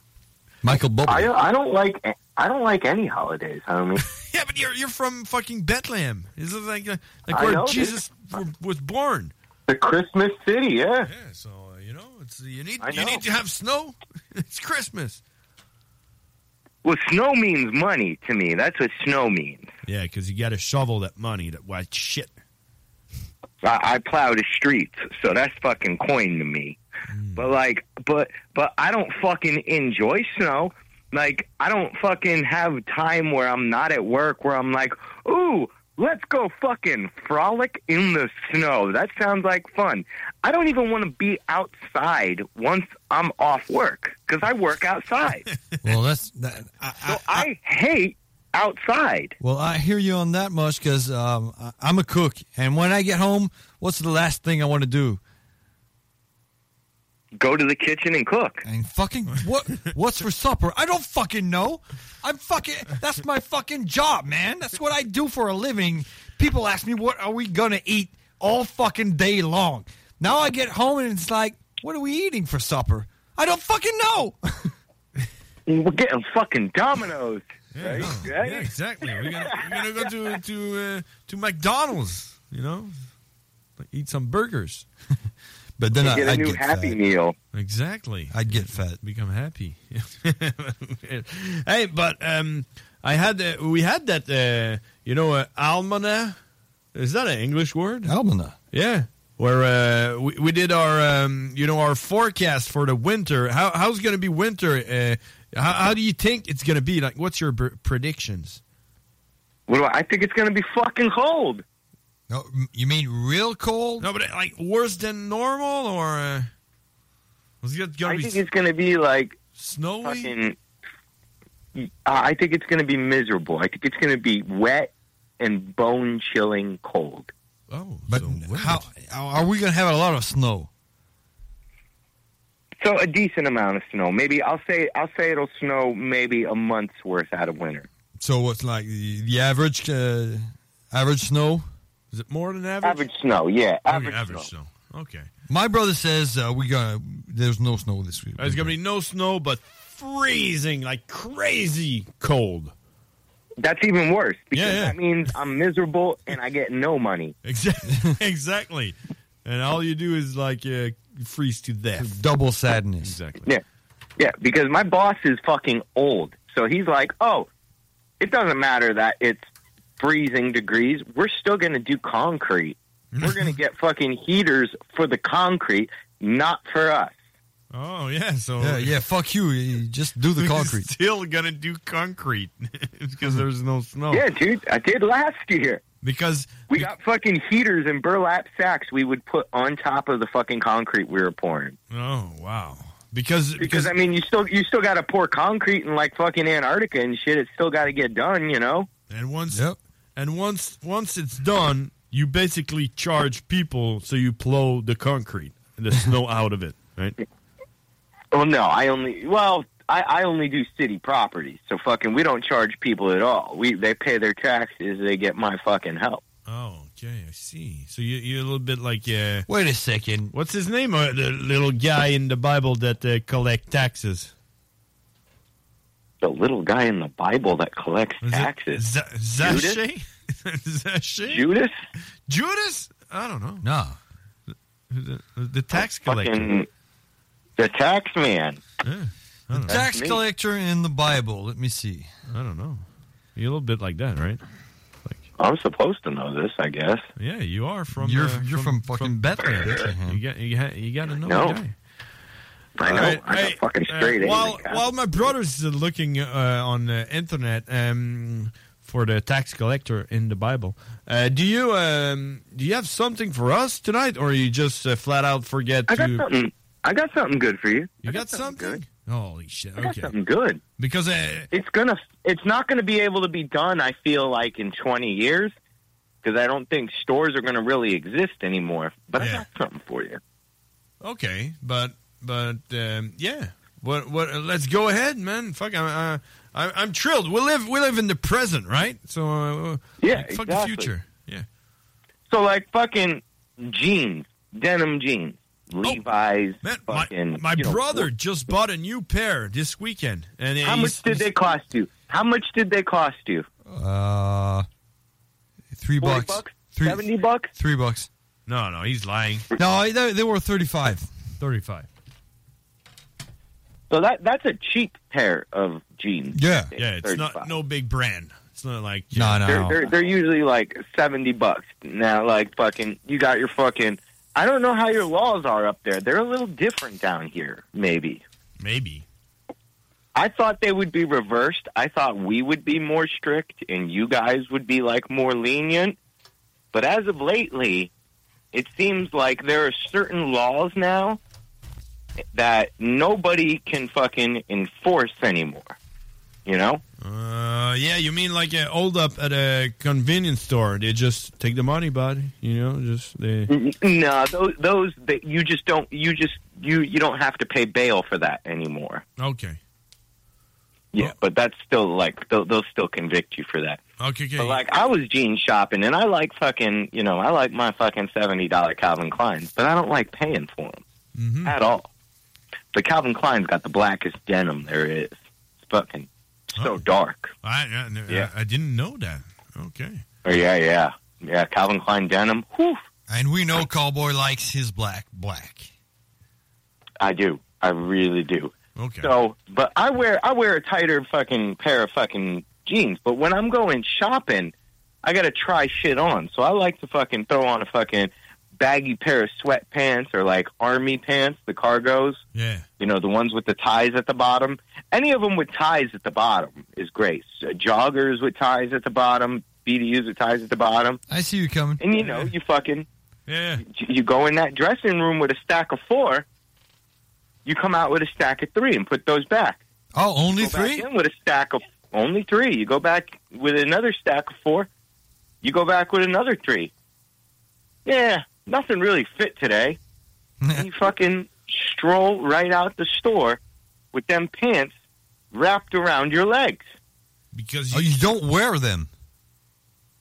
E: Michael Bublé.
L: I, I don't like I don't like any holidays, homie.
D: Yeah, but you're you're from fucking Bethlehem. This is like like
L: I
D: where
L: know, dude.
D: Jesus w- was born.
L: the Christmas city, yeah.
D: Yeah, so uh, you know, it's you need
L: I
D: you
L: know.
D: need to have snow. it's Christmas.
L: Well, snow means money to me. That's what snow means.
D: Yeah, because you got to shovel that money, that white shit.
L: I, I plow the streets, so that's fucking coin to me. But like, but but I don't fucking enjoy snow. Like, I don't fucking have time where I'm not at work where I'm like, ooh, let's go fucking frolic in the snow. That sounds like fun. I don't even want to be outside once I'm off work because I work outside.
E: Well, that's that,
L: so I hate outside.
E: Well, I hear you on that much because um, I- I'm a cook, and when I get home, what's the last thing I want to do?
L: Go to the kitchen and cook.
E: And fucking what? what's for supper? I don't fucking know. I'm fucking. That's my fucking job, man. That's what I do for a living. People ask me, "What are we gonna eat all fucking day long?" Now I get home and it's like, "What are we eating for supper?" I don't fucking know.
L: We're getting fucking dominoes. right?
D: Yeah, exactly. We're gonna, we're gonna go to to uh, to McDonald's, you know, Like, eat some burgers.
E: But
L: then You I- get a I'd new get Happy fat. Meal.
D: Exactly.
E: I'd get fat,
D: become happy. hey, but um, I had uh, we had that uh, you know uh, almana. Is that an English word?
E: Almana.
D: Yeah. Where uh, we, we did our um, you know our forecast for the winter. How how's going to be winter? Uh, how, how do you think it's going to be? Like, what's your pr- predictions?
L: What do I, I think it's going to be fucking cold.
E: No, you mean real cold?
D: No, but uh, like worse than normal, or uh, was it
L: I
D: going to
L: think
D: be
L: it's going to be like
D: snowy?
L: fucking. uh, I I think it's going to be miserable. I think it's going to be wet and bone chilling cold.
D: Oh,
E: but how are we gonna have a lot of snow?
L: So a decent amount of snow. Maybe I'll say I'll say it'll snow maybe a month's worth out of winter.
E: So what's like the, the average uh, average snow?
D: Is it more than average?
L: Average snow, yeah.
D: Oh, yeah,
L: Average,
D: average
L: snow.
D: snow. Okay.
E: My brother says uh, we gonna there's no snow this week.
D: There's Uh, gonna be no snow, but freezing like crazy cold.
L: That's even worse because
D: Yeah, yeah.
L: that means I'm miserable and I get no money.
D: Exactly. exactly. And all you do is like uh, freeze to death.
E: Double sadness.
D: Exactly.
L: Yeah. Yeah, because my boss is fucking old. So he's like, oh, it doesn't matter that it's freezing degrees. We're still going to do concrete. We're going to get fucking heaters for the concrete, not for us.
D: Oh yeah. So
E: Yeah, yeah. Fuck you. you Just do the concrete.
D: Still gonna do concrete because there's no snow.
L: Yeah, dude, I did last year.
D: Because
L: we got fucking heaters and burlap sacks we would put on top of the fucking concrete we were pouring.
D: Oh wow. Because
L: Because I mean, you still you still got to pour concrete in like fucking Antarctica and shit. It's still got to get done, you know.
D: And once and once once it's done, you basically charge people so you plow the concrete and the snow out of it. right?
L: Well, no, I only well, I, I only do city properties. So fucking, we don't charge people at all. We they pay their taxes, they get my fucking help.
D: Oh, okay, I see. So you, you're a little bit like. Uh,
E: Wait a second.
D: What's his name? Uh, the little guy in the Bible that uh, collect taxes.
L: The little guy in the Bible that collects taxes, Judas?
D: Zaché? Zaché?
L: Judas?
D: Judas? I don't know.
E: No.
D: The, the tax collector.
L: fucking the tax man.
E: The
D: know.
E: tax
D: That's me.
E: collector in the Bible. Let me see.
D: I don't know. You're a little bit like that, right?
L: I'm supposed to know this, I guess.
D: Yeah, you are from.
E: You're-
D: uh,
E: you're from fucking Bethlehem.
D: You got you got you got to know.
L: No.
D: the guy.
L: I know.
D: All right,
L: I'm
D: hey,
L: a fucking
D: uh,
L: straight A,
D: while
L: Cal.
D: while my brother's uh, looking uh, on the internet um, for the tax collector in the Bible, uh, do you um, do you have something for us tonight, or you just uh, flat out forget
L: I got
D: to?
L: something. I got something good for you.
D: You
L: I
D: got something? Holy shit!
L: I got
D: Okay.
L: something good.
D: Because uh,
L: It's gonna. It's not gonna be able to be done. I feel like in 20 years, because I don't think stores are gonna really exist anymore. But I got something for you.
D: Okay, but but um, yeah, what what? uh, let's go ahead, man. Fuck, I'm uh, I, I'm thrilled. We live we live in the present, right? So uh,
L: Yeah,
D: fuck the
L: exactly.
D: future. Yeah,
L: So like fucking jeans, denim jeans, Levi's. fucking,
D: Oh, my
L: you know,
D: brother just bought a new pair this weekend, and
L: How much did they cost you? How much did they cost you?
E: Uh, three
L: 40
E: bucks.
L: bucks?
E: Three,
L: 70 bucks?
E: Three bucks.
D: No, no, he's lying.
E: No, they, they were 35.
D: 35.
L: So that that's a cheap pair of jeans.
E: Yeah.
D: yeah, it's not no big brand. It's not like
L: They're, they're, they're usually like 70 bucks. Now, like, fucking, you got your fucking. I don't know how your laws are up there. They're a little different down here, maybe.
D: Maybe.
L: I thought they would be reversed. I thought we would be more strict and you guys would be, like, more lenient. But as of lately, it seems like there are certain laws now that nobody can fucking enforce anymore. You know?
D: Uh, yeah, you mean like a hold up at a convenience store? They just take the money, bud. You know, just they.
L: Mm-hmm. No, those, those that you just don't you just you you don't have to pay bail for that anymore.
D: Okay.
L: Yeah,
D: Oh.
L: but that's still like they'll, they'll still convict you for that.
D: Okay. okay.
L: But like I was jean shopping and I like fucking you know I like my fucking seventy dollar Calvin Kleins, but I don't like paying for them
D: Mm-hmm.
L: at all. But Calvin Klein's got the blackest denim there is. It's fucking so dark.
D: I, I,
L: Yeah.
D: I didn't know that. Okay.
L: Oh yeah, yeah, yeah. Calvin Klein denim. Whew.
E: And we know Cowboy likes his black. Black.
L: I do. I really do.
D: Okay.
L: So, but I wear I wear a tighter fucking pair of fucking jeans. But when I'm going shopping, I gotta try shit on. So I like to fucking throw on a fucking baggy pair of sweatpants or like army pants, the cargos.
D: Yeah.
L: You know, the ones with the ties at the bottom. Any of them with ties at the bottom is great. So joggers with ties at the bottom, BDUs with ties at the bottom.
E: I see you coming.
L: And you know, you fucking
D: yeah.
L: you you go in that dressing room with a stack of four, you come out with a stack of three and put those back.
E: Oh, only
L: Go back
E: three?
L: in with a stack of only three. You go back with another stack of four. You go back with another three. Yeah, nothing really fit today. And you fucking stroll right out the store with them pants wrapped around your legs.
D: Because
E: you, oh, you don't wear them.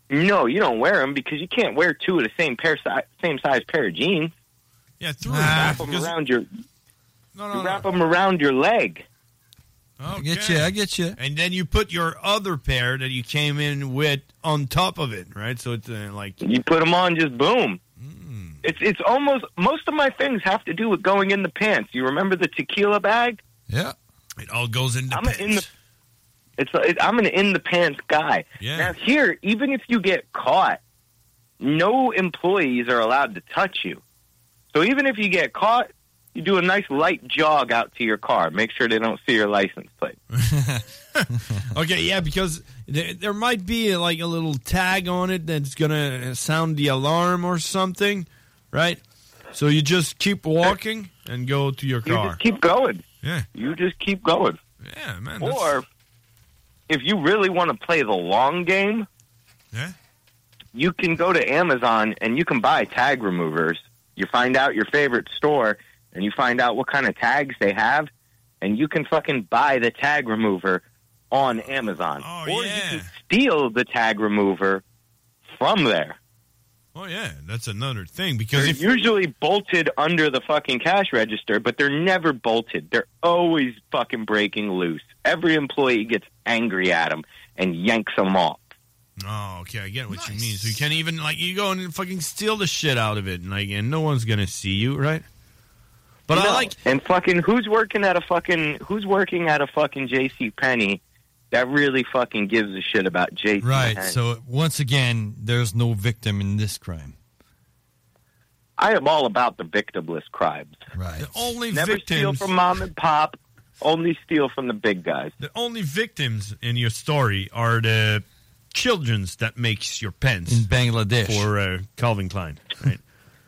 L: No, you don't wear them because you can't wear two of the same pair, si- same size pair of jeans.
D: Yeah, through
L: wrap them around your
D: No,
L: you wrap them around your leg.
D: I get you. I
E: get you.
D: And then you put your other pair that you came in with on top of it, right? So it's uh, like
L: You put them on, just boom.
D: Hmm.
L: It's it's almost most of my things have to do with going in the pants. You remember the tequila bag?
E: Yeah.
D: It all goes in the
L: I'm
D: pants.
L: an in the it's it, I'm an in the pants guy.
D: Yeah.
L: Now here, even if you get caught, no employees are allowed to touch you. So even if you get caught, you do a nice light jog out to your car. Make sure they don't see your license plate.
D: okay, yeah, because there, there might be like a little tag on it that's gonna sound the alarm or something, right? So you just keep walking and go to your
L: You
D: car.
L: just keep going.
D: Yeah.
L: You just keep going.
D: Yeah, man. that's-
L: Or if you really want to play the long game,
D: Yeah.
L: you can go to Amazon and you can buy tag removers. You find out your favorite store and you find out what kind of tags they have, and you can fucking buy the tag remover on Amazon,
D: Oh,
L: or you can steal the tag remover from there.
D: Oh yeah, that's another thing because
L: they're
D: if
L: usually bolted under the fucking cash register, but they're never bolted. They're always fucking breaking loose. Every employee gets angry at them and yanks them off.
D: Oh, okay, I get what you mean. So you can't even like you go and fucking steal the shit out of it, and like, and no one's gonna see you, right? But I like
L: and fucking who's working at a fucking who's working at a fucking J.C. Penney that really fucking gives a shit about J.C.
E: Right. So once again, there's no victim in this crime.
L: I am all about the victimless crimes.
E: Right.
D: only
L: Never steal
D: victims-
L: from mom and pop. Only steal from the big guys.
D: The only victims in your story are the childrens that makes your pens in
E: Bangladesh
D: for uh, Calvin Klein. Right?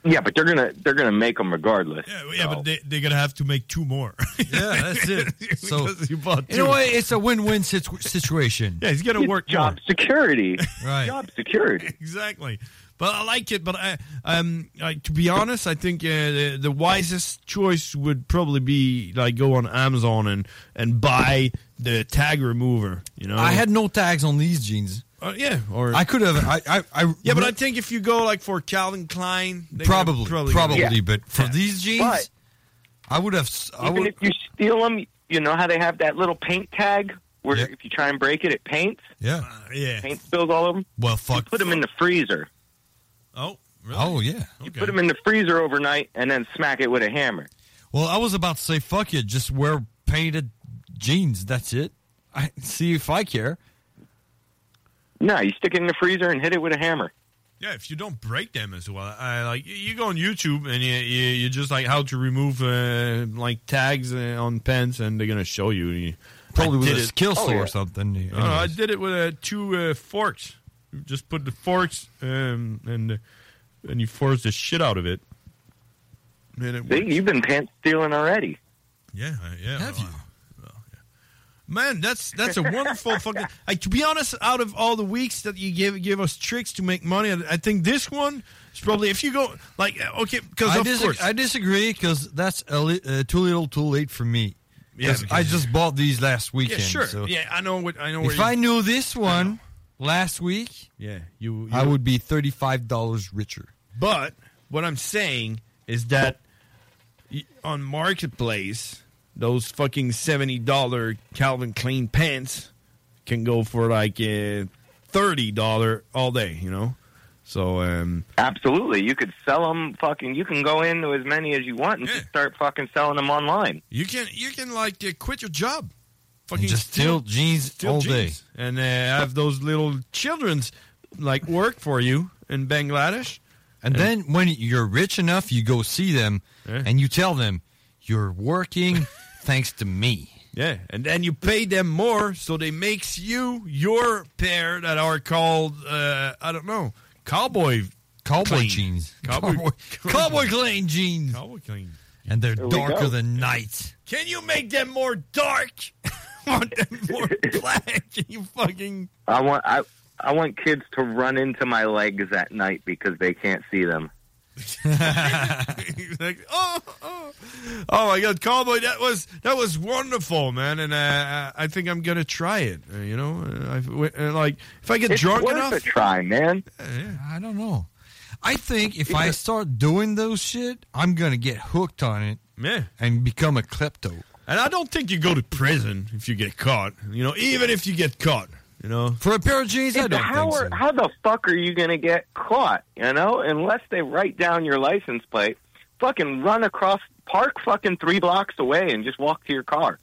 L: Yeah, but they're gonna they're gonna make them regardless.
D: yeah, but they, they're gonna have to make two more.
E: yeah, that's it. So
D: you bought
E: in a way, it's a win-win situ- situation.
D: Yeah, he's gonna work
E: job
L: security.
E: Right.
L: Job security.
D: exactly. But I like it. But I, um, I, to be honest, I think uh, the, the wisest choice would probably be like go on Amazon and and buy the tag remover. You know,
E: I had no tags on these jeans.
D: Uh, yeah, Oh. or
E: I could have. I, I, I
D: Yeah, but I think if you go like for Calvin Klein, they
E: probably,
D: could
E: probably, But for these jeans,
L: But-
E: I would have. s- I
L: Even
E: would.
L: if you steal them, you know how they have that little paint tag where if you try and break it, it paints.
E: Yeah.
D: Uh, yeah.
L: Paint spills all over them.
E: Well, fuck.
L: You put them in the freezer.
D: Oh, really?
E: Oh yeah.
L: You put them in the freezer overnight and then smack it with a hammer.
E: Well, I was about to say, fuck it, just wear painted jeans. That's it. I see if I care.
L: No, you stick it in the freezer and hit it with a hammer.
D: Yeah, if you don't break them as well, I like you- you go on YouTube and you you, you just like how to remove uh, like tags uh, on pens, and they're gonna show you. you
E: Probably
D: I
E: with
D: did
E: a
D: it.
E: skill saw or something. Oh,
D: No, no, I did it with uh, two uh, forks. You just put the forks um, and and you force the shit out of it. Man, it
L: See,
D: works.
L: you've been pant stealing already.
D: Yeah, uh, yeah. Have you? Man, that's that's a wonderful fucking. I, to be honest, out of all the weeks that you give give us tricks to make money, I, I think this one is probably if you go like uh, okay because
E: I,
D: of
E: disag-
D: course
E: I disagree because that's a li- uh, too little, too late for me.
D: Yeah,
E: 'Cause
D: because
E: I just bought these last
D: yeah
E: weekend.
D: sure
E: so
D: yeah I know what I know where
E: If
D: you-
E: I knew this one last week,
D: yeah you,
E: I
D: you-
E: would be thirty-five dollars richer.
D: But what I'm saying is that y- on marketplace, those fucking seventy dollar Calvin Klein pants can go for like uh, thirty dollar all day. You know, so um,
L: Absolutely, you could sell them. Fucking, you can go into as many as you want and just start fucking selling them online.
D: you can you can like uh, quit your job, fucking
E: just steal jeans
D: steal
E: all
D: jeans. and uh, have those little childrens like work for you in Bangladesh.
E: And then when you're rich enough, you go see them and you tell them you're working thanks to me.
D: Yeah, and then you pay them more, so they makes you your pair that are called uh, I don't know cowboy
E: cowboy
D: clean.
E: jeans,
D: cowboy
E: cowboy, cowboy clean jeans,
D: cowboy clean,
E: and they're
D: There we
E: darker
D: go.
E: than night.
D: Can you make them more dark? want them more black? Can you fucking
L: I want I I want kids to run into my legs at night because they can't see them.
D: Like, oh, oh, oh my god, cowboy! That was that was wonderful, man, and uh, I think I'm gonna try it. uh, you know, uh, I've, uh, like if I get
E: It's
D: drunk
E: worth
D: enough,
E: a
L: try, man.
E: I don't know. I think if I start doing those shit, I'm gonna get hooked on it.
D: Yeah.
E: and become a klepto.
D: And I don't think you go to prison if you get caught. You know, even if you get caught, you know,
E: for a pair of jeans,
L: It's how are, how the fuck are you gonna get caught? You know, unless they write down your license plate, fucking run across park fucking three blocks away and just walk to your car.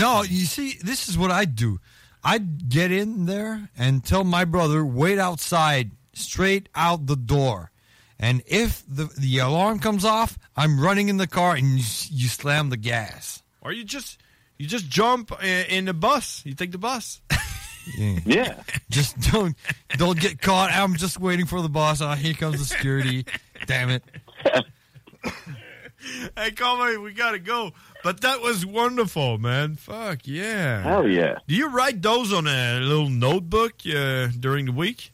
E: No, you see, this is what I do. I'd get in there and tell my brother, wait outside, straight out the door. And if the, the alarm comes off, I'm running in the car and you, s- you slam the gas.
D: or you just you just jump i- in the bus. You take the bus.
E: Yeah. Just don't don't get caught. I'm just waiting for the boss. Oh, here comes the security. Damn it.
D: hey, Conway, we gotta go. But that was wonderful, man. Fuck yeah.
L: Hell yeah.
D: Do you write those on a little notebook uh, during the week?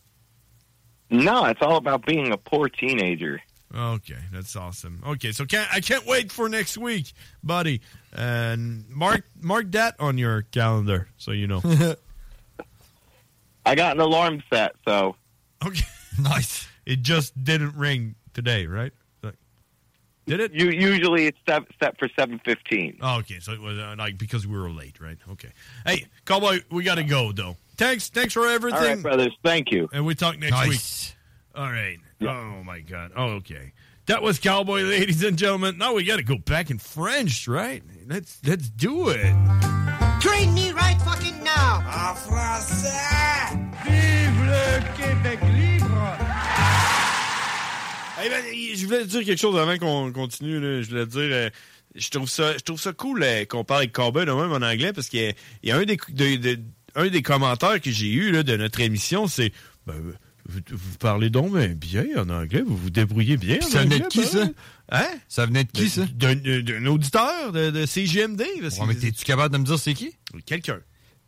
L: No, it's all about being a poor teenager.
D: Okay, that's awesome. Okay, so can't, I can't wait for next week, buddy. And mark mark that on your calendar so you know.
L: I got an alarm set, so
D: okay, nice. It just didn't ring today, right? Like- Did it?
L: You usually it's set, set for seven fifteen.
D: Oh, okay, so it was uh, like because we were late, right? Okay. Hey, cowboy, we gotta go though. Thanks, thanks for everything,
L: All right, brothers. Thank you.
D: And we talk next week. All right. Oh my god. Oh, okay. That was cowboy, ladies and gentlemen. Now we gotta go back in French, right? Let's let's do it.
R: Train me right fucking now! En français! Vive le Québec libre!
D: Eh ben, je voulais dire quelque chose avant qu'on continue. là. Je voulais dire, euh, je trouve ça, je trouve ça cool euh, qu'on parle avec Cowboy de même en anglais parce qu'il y a- il y a un des, cou- de- de- un des commentaires que j'ai eu là, de notre émission, c'est ben, vous, vous parlez donc ben bien en anglais, vous vous débrouillez bien.
E: Puis
D: en
E: ça venait de
D: anglais,
E: qui,
D: ben.
E: ça?
D: Hein?
E: Ça venait de qui, ça?
D: D'un d'un auditeur de, de CGMD.
E: Ouais, mais t'es-tu capable de me dire c'est qui?
D: Quelqu'un.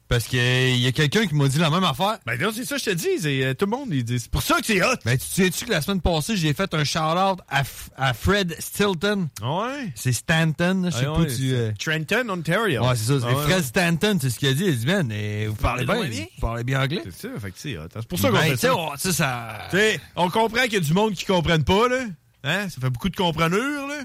E: Parce qu'il y a quelqu'un qui m'a dit la même affaire.
D: Ben non, c'est ça, je te dis. c'est, euh, tout le monde, il dit. C'est pour ça que c'est hot.
E: Ben, tu te souviens-tu que la semaine passée, j'ai fait un shout-out à, F- à Fred Stilton?
D: Ouais.
E: C'est Stanton, je sais
D: Ah
E: pas
D: ouais,
E: où tu... euh,
D: Trenton, Ontario.
E: Ouais, c'est ça. c'est
D: Ah ouais,
E: Fred
D: ouais.
E: Stanton, c'est ce qu'il a dit. Il a dit, man, eh, vous parlez bien.
D: Parlez-le bien.
E: Vous parlez bien anglais.
D: C'est ça, fait que c'est hot. hein. C'est pour ça qu'on
E: Ben,
D: fait
E: tu sais,
D: ça.
E: on- tu sais, ça-
D: Tu sais, on comprend qu'il y a du monde qui comprennent pas, là. Hein? Ça fait beaucoup de compreneurs, là.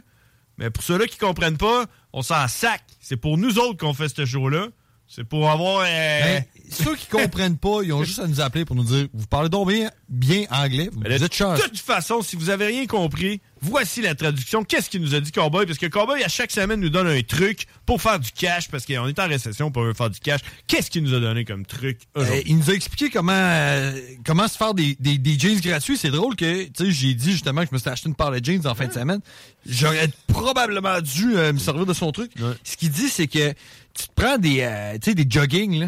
D: Mais pour ceux-là qui comprennent pas, on s'en sac. C'est pour nous autres qu'on fait ce show-là. C'est pour avoir. euh,
E: Ben, ceux qui comprennent pas, ils ont juste à nous appeler pour nous dire, vous parlez donc bien, bien anglais. Vous, vous êtes
D: Ben, De
E: chanceux.
D: toute façon, si vous avez rien compris, voici la traduction. Qu'est-ce qu'il nous a dit Cowboy? Parce que Cowboy, à chaque semaine, nous donne un truc pour faire du cash, parce qu'on est en récession, pour faire du cash. Qu'est-ce qu'il nous a donné comme truc
E: Euh,
D: aujourd'hui?
E: il nous a expliqué comment euh, comment se faire des, des, des jeans gratuits. C'est drôle que tu sais, j'ai dit justement que je me suis acheté une paire de jeans en fin de semaine. J'aurais probablement dû euh, me servir de son truc. Ce qu'il dit, c'est que tu te prends des euh, tu sais des jogging là,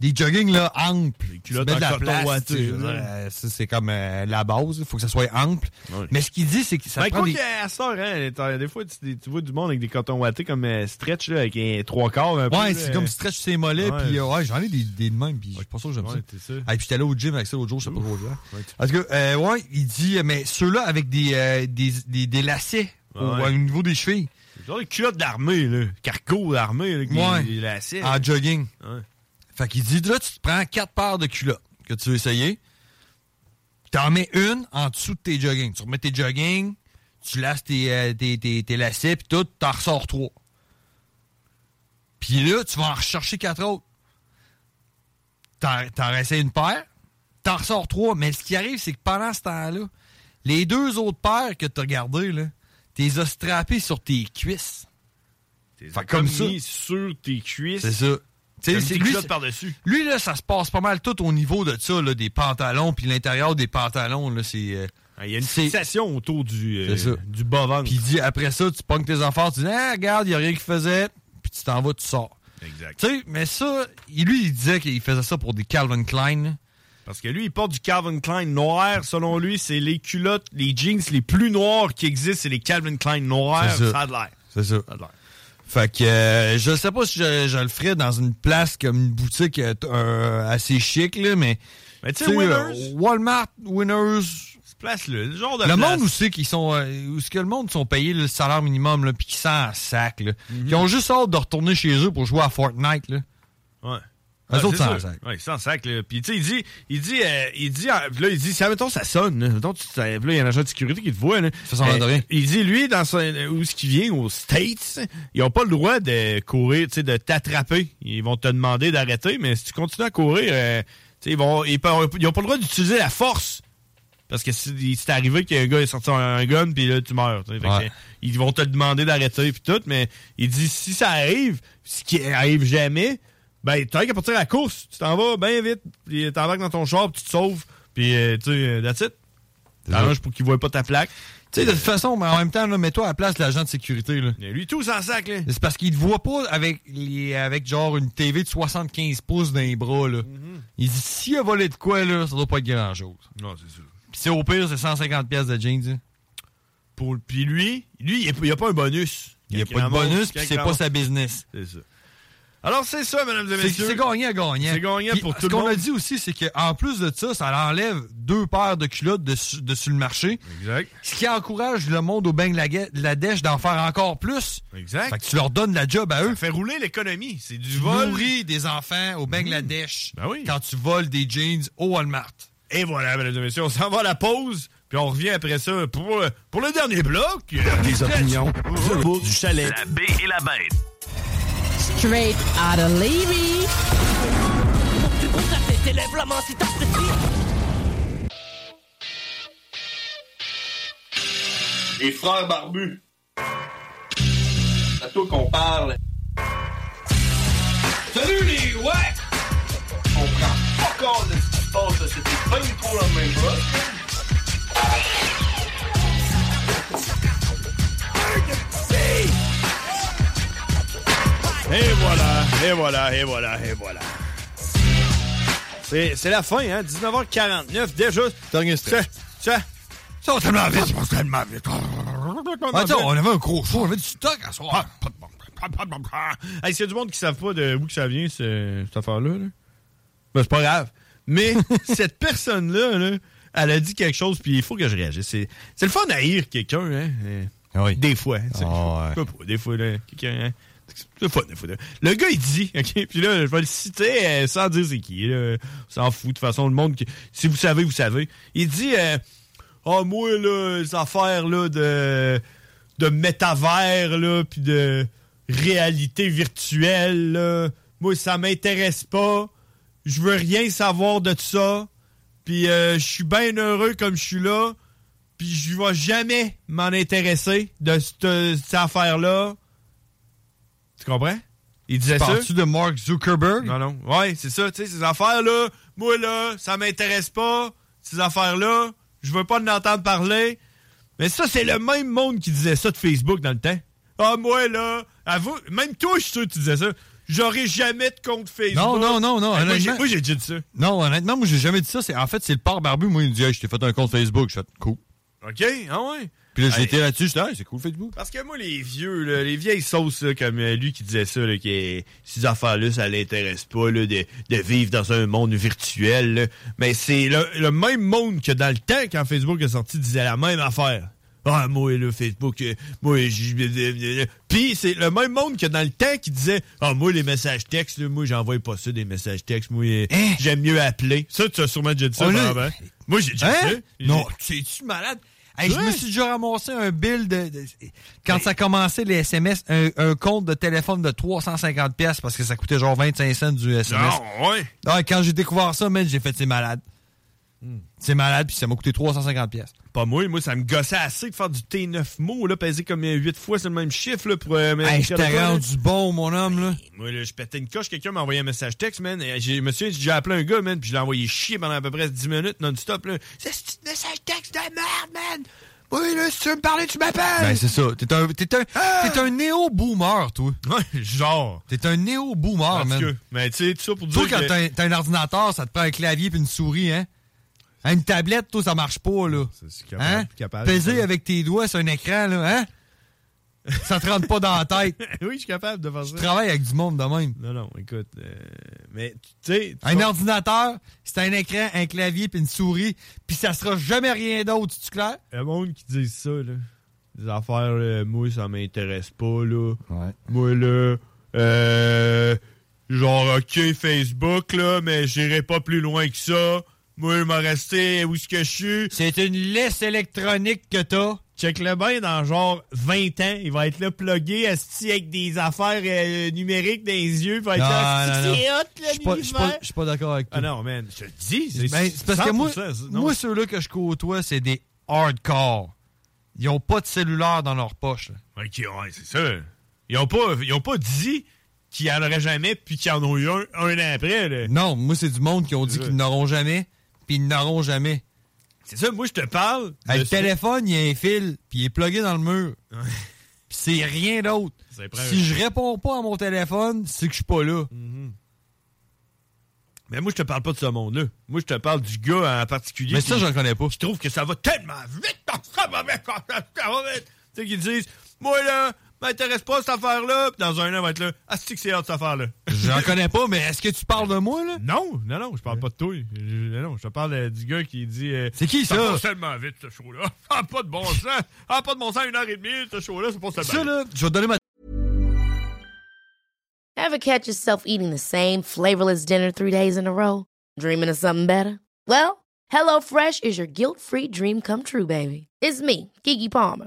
E: des jogging là amples. Tu
D: culottes
E: mets de
D: en
E: la
D: coton
E: place,
D: ouaté,
E: tu sais, je veux
D: là.
E: dire, euh, ça, c'est comme euh, la base. Il faut que ça soit ample. Mais ce qu'il dit, c'est que ça
D: Ben,
E: prend
D: quoi
E: des...
D: qu'à cette heure, hein, t'as- des fois, tu, tu vois du monde avec des cotons wattés comme euh, stretch, là, avec un trois quarts. Un
E: Ouais,
D: peu, euh,
E: c'est
D: là.
E: comme stretch ses mollets,
D: Ouais.
E: puis euh, ouais, j'en ai des, des de même, puis je suis pas sûr que j'aime
D: Ouais, t'es
E: ça.
D: sûr.
E: Et puis j'étais allé au gym avec ça l'autre jour, je sais pas trop quoi. Parce que, euh, ouais, il dit, euh, mais ceux-là avec des, euh, des, des, des lacets
D: Ouais.
E: au, au niveau des chevilles.
D: C'est genre des culottes d'armée, là. Cargo d'armée, là, avec des-
E: Ouais.
D: des lacets.
E: En jogging.
D: Ouais.
E: Fait qu'il dit, là, tu te prends quatre paires de culottes que tu veux essayer. T'en mets une en dessous de tes jogging. Tu remets tes jogging, tu lasses tes, euh, tes, tes, tes lacets, puis tout, t'en ressors trois. Puis là, tu vas en rechercher quatre autres. T'en t'en réessayes une paire, t'en ressors trois. Mais ce qui arrive, c'est que pendant ce temps-là, les deux autres paires que t'as gardées, là, t'es as strappées sur tes cuisses. Fait comme ça.
D: mis sur tes cuisses.
E: C'est ça. Tu sais,
D: Comme tes
E: c'est lui,
D: culottes
E: c'est-
D: par-dessus.
E: Lui, là, ça se passe pas mal tout au niveau de ça, là, des pantalons, puis l'intérieur des pantalons, là, c'est... Il
D: Ah, y a une fixation autour du, euh, du bas ventre.
E: Puis il dit, après ça, tu pognes tes enfants, tu dis, ah, regarde, il y a rien qui faisait, puis tu t'en vas, tu sors.
D: Exact.
E: Tu sais, mais ça, il- lui, il disait qu'il faisait ça pour des Calvin Klein.
D: Parce que lui, il porte du Calvin Klein noir. Selon lui, c'est les culottes, les jeans les plus noirs qui existent, c'est les Calvin Klein noirs.
E: C'est ça.
D: Ça a de l'air.
E: C'est ça.
D: Ça a de l'air.
E: Fait que euh, je sais pas si je, je le ferais dans une place comme une boutique euh, t- euh, assez chic, là, mais...
D: Mais tu sais,
E: euh,
D: Winners.
E: Walmart, Winners...
D: Place, le, le genre de
E: Le
D: place.
E: monde où c'est qu'ils sont euh, où ce que le monde sont payés le salaire minimum là puis qui s'en sac là.
D: Mhm.
E: Qui ont juste hâte de retourner chez eux pour jouer à Fortnite là.
D: Ouais.
E: Eux autres,
D: c'est
E: sans
D: sûr.
E: sac.
D: Ouais, sans sac. Là. Puis, tu sais, il dit, il dit, euh, il dit, ah, puis là, il dit, ça, mettons, ça sonne. Là. Mettons, tu, ça- puis là, il y a un agent de sécurité qui te voit. Là.
E: semblant
D: Euh,
E: de rien.
D: Il dit, lui, dans son, euh, où ce qui vient, aux States, ils n'ont pas le droit de courir, tu sais, de t'attraper. Ils vont te demander d'arrêter, mais si tu continues à courir, euh, tu sais, ils vont, ils n'ont pas le droit d'utiliser la force. Parce que si c'est arrivé qu'un gars est sorti un, un gun, puis là, tu meurs. tu sais. Fait que,
E: Ouais.
D: ils vont te demander d'arrêter, puis tout, mais il dit, si ça arrive, ce qui arrive jamais, ben, t'as rien qu'à partir à la course. Tu t'en vas bien vite, puis t'embarques dans ton char, puis tu te sauves, puis euh, tu sais, euh, that's it. T'arranges pour qu'il voit pas ta plaque.
E: Tu sais de toute façon mais en même temps là mets-toi à la place de l'agent de sécurité là.
D: lui tout sans sac là.
E: C'est parce qu'il te voit pas avec les avec genre une TV de 75 pouces dans les bras là.
D: Mm-hmm.
E: Il dit s'il a volé de quoi là ça doit pas être grand chose.
D: Non, c'est sûr.
E: Puis c'est au pire c'est 150 pièces de jeans. hein. là.
D: Pour, puis lui, lui, il n'y a, pas un bonus.
E: Il y a
D: Quand
E: pas de
D: ramasse-
E: bonus,
D: quand
E: puis
D: il
E: c'est pas
D: ramasse-
E: sa business.
D: C'est ça.
E: Alors, c'est ça, mesdames et
D: C'est-
E: messieurs.
D: C'est gagnant, gagnant.
E: C'est gagnant
D: Puis,
E: pour
D: Ce
E: tout le
D: qu'on
E: monde.
D: a dit aussi, c'est qu'en plus de ça, ça enlève deux paires de culottes de, su- de sur le marché.
E: Exact.
D: Ce qui encourage le monde au Bangladesh d'en faire encore plus.
E: Exact.
D: Fait que tu leur donnes la job à eux.
E: Fait rouler l'économie. C'est du
D: Tu
E: vol. Mm. Ben
D: nourris des enfants au Bangladesh
E: Quand
D: tu voles des jeans au Walmart.
E: Et voilà, mesdames et messieurs, on s'en va à la pause, puis on revient après ça pour, le- pour le dernier bloc.
S: Des opinions, le beau du chalet.
E: La baie et la bête.
N: Straight out of Levy.
G: Les frères barbus. C'est à toi qu'on parle. Salut les ouais! On prend pas compte de ce qui se passe, là. c'était pas du tout la même chose.
E: Et voilà, et voilà, et voilà, et voilà. C'est c'est la fin, hein? 19h49, déjà. Dernier stress. Ça, ça. Ça, on tellement vite, on tellement vite. Oh,
D: Attends, on avait un gros show, on avait du stock à soir.
E: Hey, s'il y a du monde qui ne savent pas de où que ça vient, ce- cette affaire-là, là, ben, c'est pas grave. Mais cette personne-là, là, elle a dit quelque chose, puis il faut que je réagisse. C'est c'est le fun à haïr quelqu'un, hein? euh,
D: Ah
E: Des fois. hein, tu sais, je sais pas, des fois, là, quelqu'un... hein, c'est le fun, des fois, là. Le gars, il dit, OK, puis là, je vais le citer euh, sans dire c'est qui. là. On s'en fout, de toute façon, le monde... qui- si vous savez, vous savez. Il dit... euh, ah, moi, là, les affaires là, de, de métavers, là, puis de réalité virtuelle, là, moi, ça m'intéresse pas. Je veux rien savoir de ça. Puis euh, je suis bien heureux comme je suis là. Puis je vais jamais m'en intéresser de cette, cette affaire-là. Tu comprends? Il disait ça.
D: Parles-tu de Mark Zuckerberg?
E: Non, non. Ouais, c'est ça, tu sais, ces affaires-là, moi, là, ça m'intéresse pas. Ces affaires-là, je veux pas en entendre parler. Mais ça, c'est le même monde qui disait ça de Facebook dans le temps. Ah, moi, là, avoue, même toi, je suis sûr que tu disais ça. J'aurai jamais de compte Facebook.
D: Non, non, non, non.
E: Hey, moi, j'ai-
D: honnêtement-
E: moi, j'ai déjà dit ça.
D: Non, honnêtement, moi, j'ai jamais dit ça. C'est- En fait, c'est le port barbu. Moi, il me dit, hey, je t'ai fait un compte Facebook. Je fais, cool.
E: OK, ah ouais.
D: Puis là,
E: Hey,
D: j'étais là-dessus. Je dis, hey, c'est cool, Facebook.
E: Parce que moi, les vieux, là, les vieilles sauces, là, comme euh, lui qui disait ça, là, que ces affaires-là, ça l'intéresse pas, là, de, de vivre dans un monde virtuel. là. Mais c'est le, le même monde que dans le temps quand Facebook est sorti, disait la même affaire. Ah, moi, là, Facebook, euh, moi, j- Puis c'est le même monde que dans le temps qui disait Ah, moi, les messages textes, là, moi, j'envoie pas ça, des messages textes, moi, euh, j'aime mieux appeler. Ça, tu as sûrement déjà dit ça
D: Oh, là-
E: avant. Moi, j'ai déjà
D: Hein?
E: dit ça.
D: Non, tu malade? Hey,
E: Hein?
D: je me suis déjà ramassé un bill de, de-
E: Ben-
D: quand ça commençait les SMS, un, un compte de téléphone de 350 pièces parce que ça coûtait genre 25 cents du SMS.
E: Non, ouais.
D: Ah, quand j'ai découvert ça, man, j'ai fait c'est malade. C'est malade puis ça m'a coûté 350 pièces.
E: Hmm. Pas moi, moi ça me gossait assez de faire du T9 mots, là, peser comme 8 fois sur le même chiffre là, pour euh,
D: Hey, je t'ai rendu bon mon homme là.
E: Moi là, je pétais une coche, quelqu'un m'a envoyé un message texte, man. et J'ai, monsieur, j'ai appelé un gars, man, puis je l'ai envoyé chier pendant à peu près 10 minutes non-stop. Là. C'est ce petit message texte de merde, man! Oui, là, si tu veux me parler, tu m'appelles!
D: Ben, c'est ça. T'es un, t'es un, t'es un néo-boomer, toi.
E: Ah! genre.
D: T'es un néo-boomer,
E: En tout cas,
D: man.
E: Mais tu sais, tout ça pour
D: Toi,
E: dire
D: quand
E: que-
D: t'as un- t'as un ordinateur, ça te prend un clavier puis une souris, hein? Hein, Une tablette, toi, ça marche pas, là.
E: capable,
D: Hein?
E: plus capable.
D: Peser avec tes doigts sur un écran, là, hein? Ça te rentre pas dans la tête.
E: oui, je suis capable de faire ça.
D: Tu travailles avec du monde de même.
E: Non, non, écoute. euh, mais tu sais. tu
D: Un
E: vas-
D: ordinateur, c'est un écran, un clavier puis une souris, puis ça sera jamais rien d'autre, tu clair?
E: Le monde qui dit ça, là. Des affaires, là, moi, ça m'intéresse pas, là. Moi, là. euh, genre, OK, Facebook, là, mais j'irai pas plus loin que ça. Moi, je m'en resté où est-ce que je suis.
D: C'est une laisse électronique que t'as.
E: Check le bain dans genre 20 ans. Il va être là, plugué, asti, avec des affaire euh, numérique dans les yeux. Fait
D: Non,
E: que
D: non,
E: c'est
D: non.
E: hot,
D: Je suis pas- je suis pas- je suis pas d'accord avec toi.
E: Ah non, man, je te dis.
D: Ben, c'est parce que moi,
E: 100%, non.
D: moi ceux-là que je côtoie, c'est des hardcore. Ils ont pas de cellulaire dans leur poche. là.
E: Ok, ouais, c'est ça. Ils ont pas, ils ont pas dit qu'il n'y en aurait jamais, puis qu'ils en ont eu un un an après. là.
D: Non, moi, c'est du monde qui ont dit
E: Ouais.
D: qu'ils n'auront jamais, puis ils n'auront jamais.
E: C'est ça, moi, je te parle.
D: Hey,
E: de
D: le
E: ce-
D: téléphone, il y a un fil, puis il est plugué dans le mur. puis c'est rien d'autre.
E: Ça prend un-
D: Si je réponds pas à mon téléphone, c'est que je suis pas là.
T: Mhm.
E: Mais moi, je te parle pas de ce monde-là. Moi, je te parle du gars en particulier.
D: Mais ça,
E: qui-
D: j'en connais pas.
E: Je trouve que ça va tellement vite, ça va vite, ça va vite. Tu sais, qu'ils disent, moi, là,
D: m'intéresse pas cette affaire-là. Puis dans un an, on va être là. Ah, c'est que c'est hâte cette affaire-là.
T: J'en connais pas, mais est-ce que tu parles de moi, là?
D: Non, non, non, je parle pas de toi. Je- je- non, je te parle euh, du gars qui dit. euh,
T: C'est qui, ça?
D: passe tellement vite, ce show-là. Ah, pas de bon sens. Ah, pas de bon sens, une heure et demie, ce show-là, c'est pas ça.
T: Ça, là, je vais te donner ma
U: Ever catch yourself eating the same flavorless dinner three days in a row? Dreaming of something better? Well, HelloFresh is your guilt free dream come true, baby. It's me, Kiki Palmer.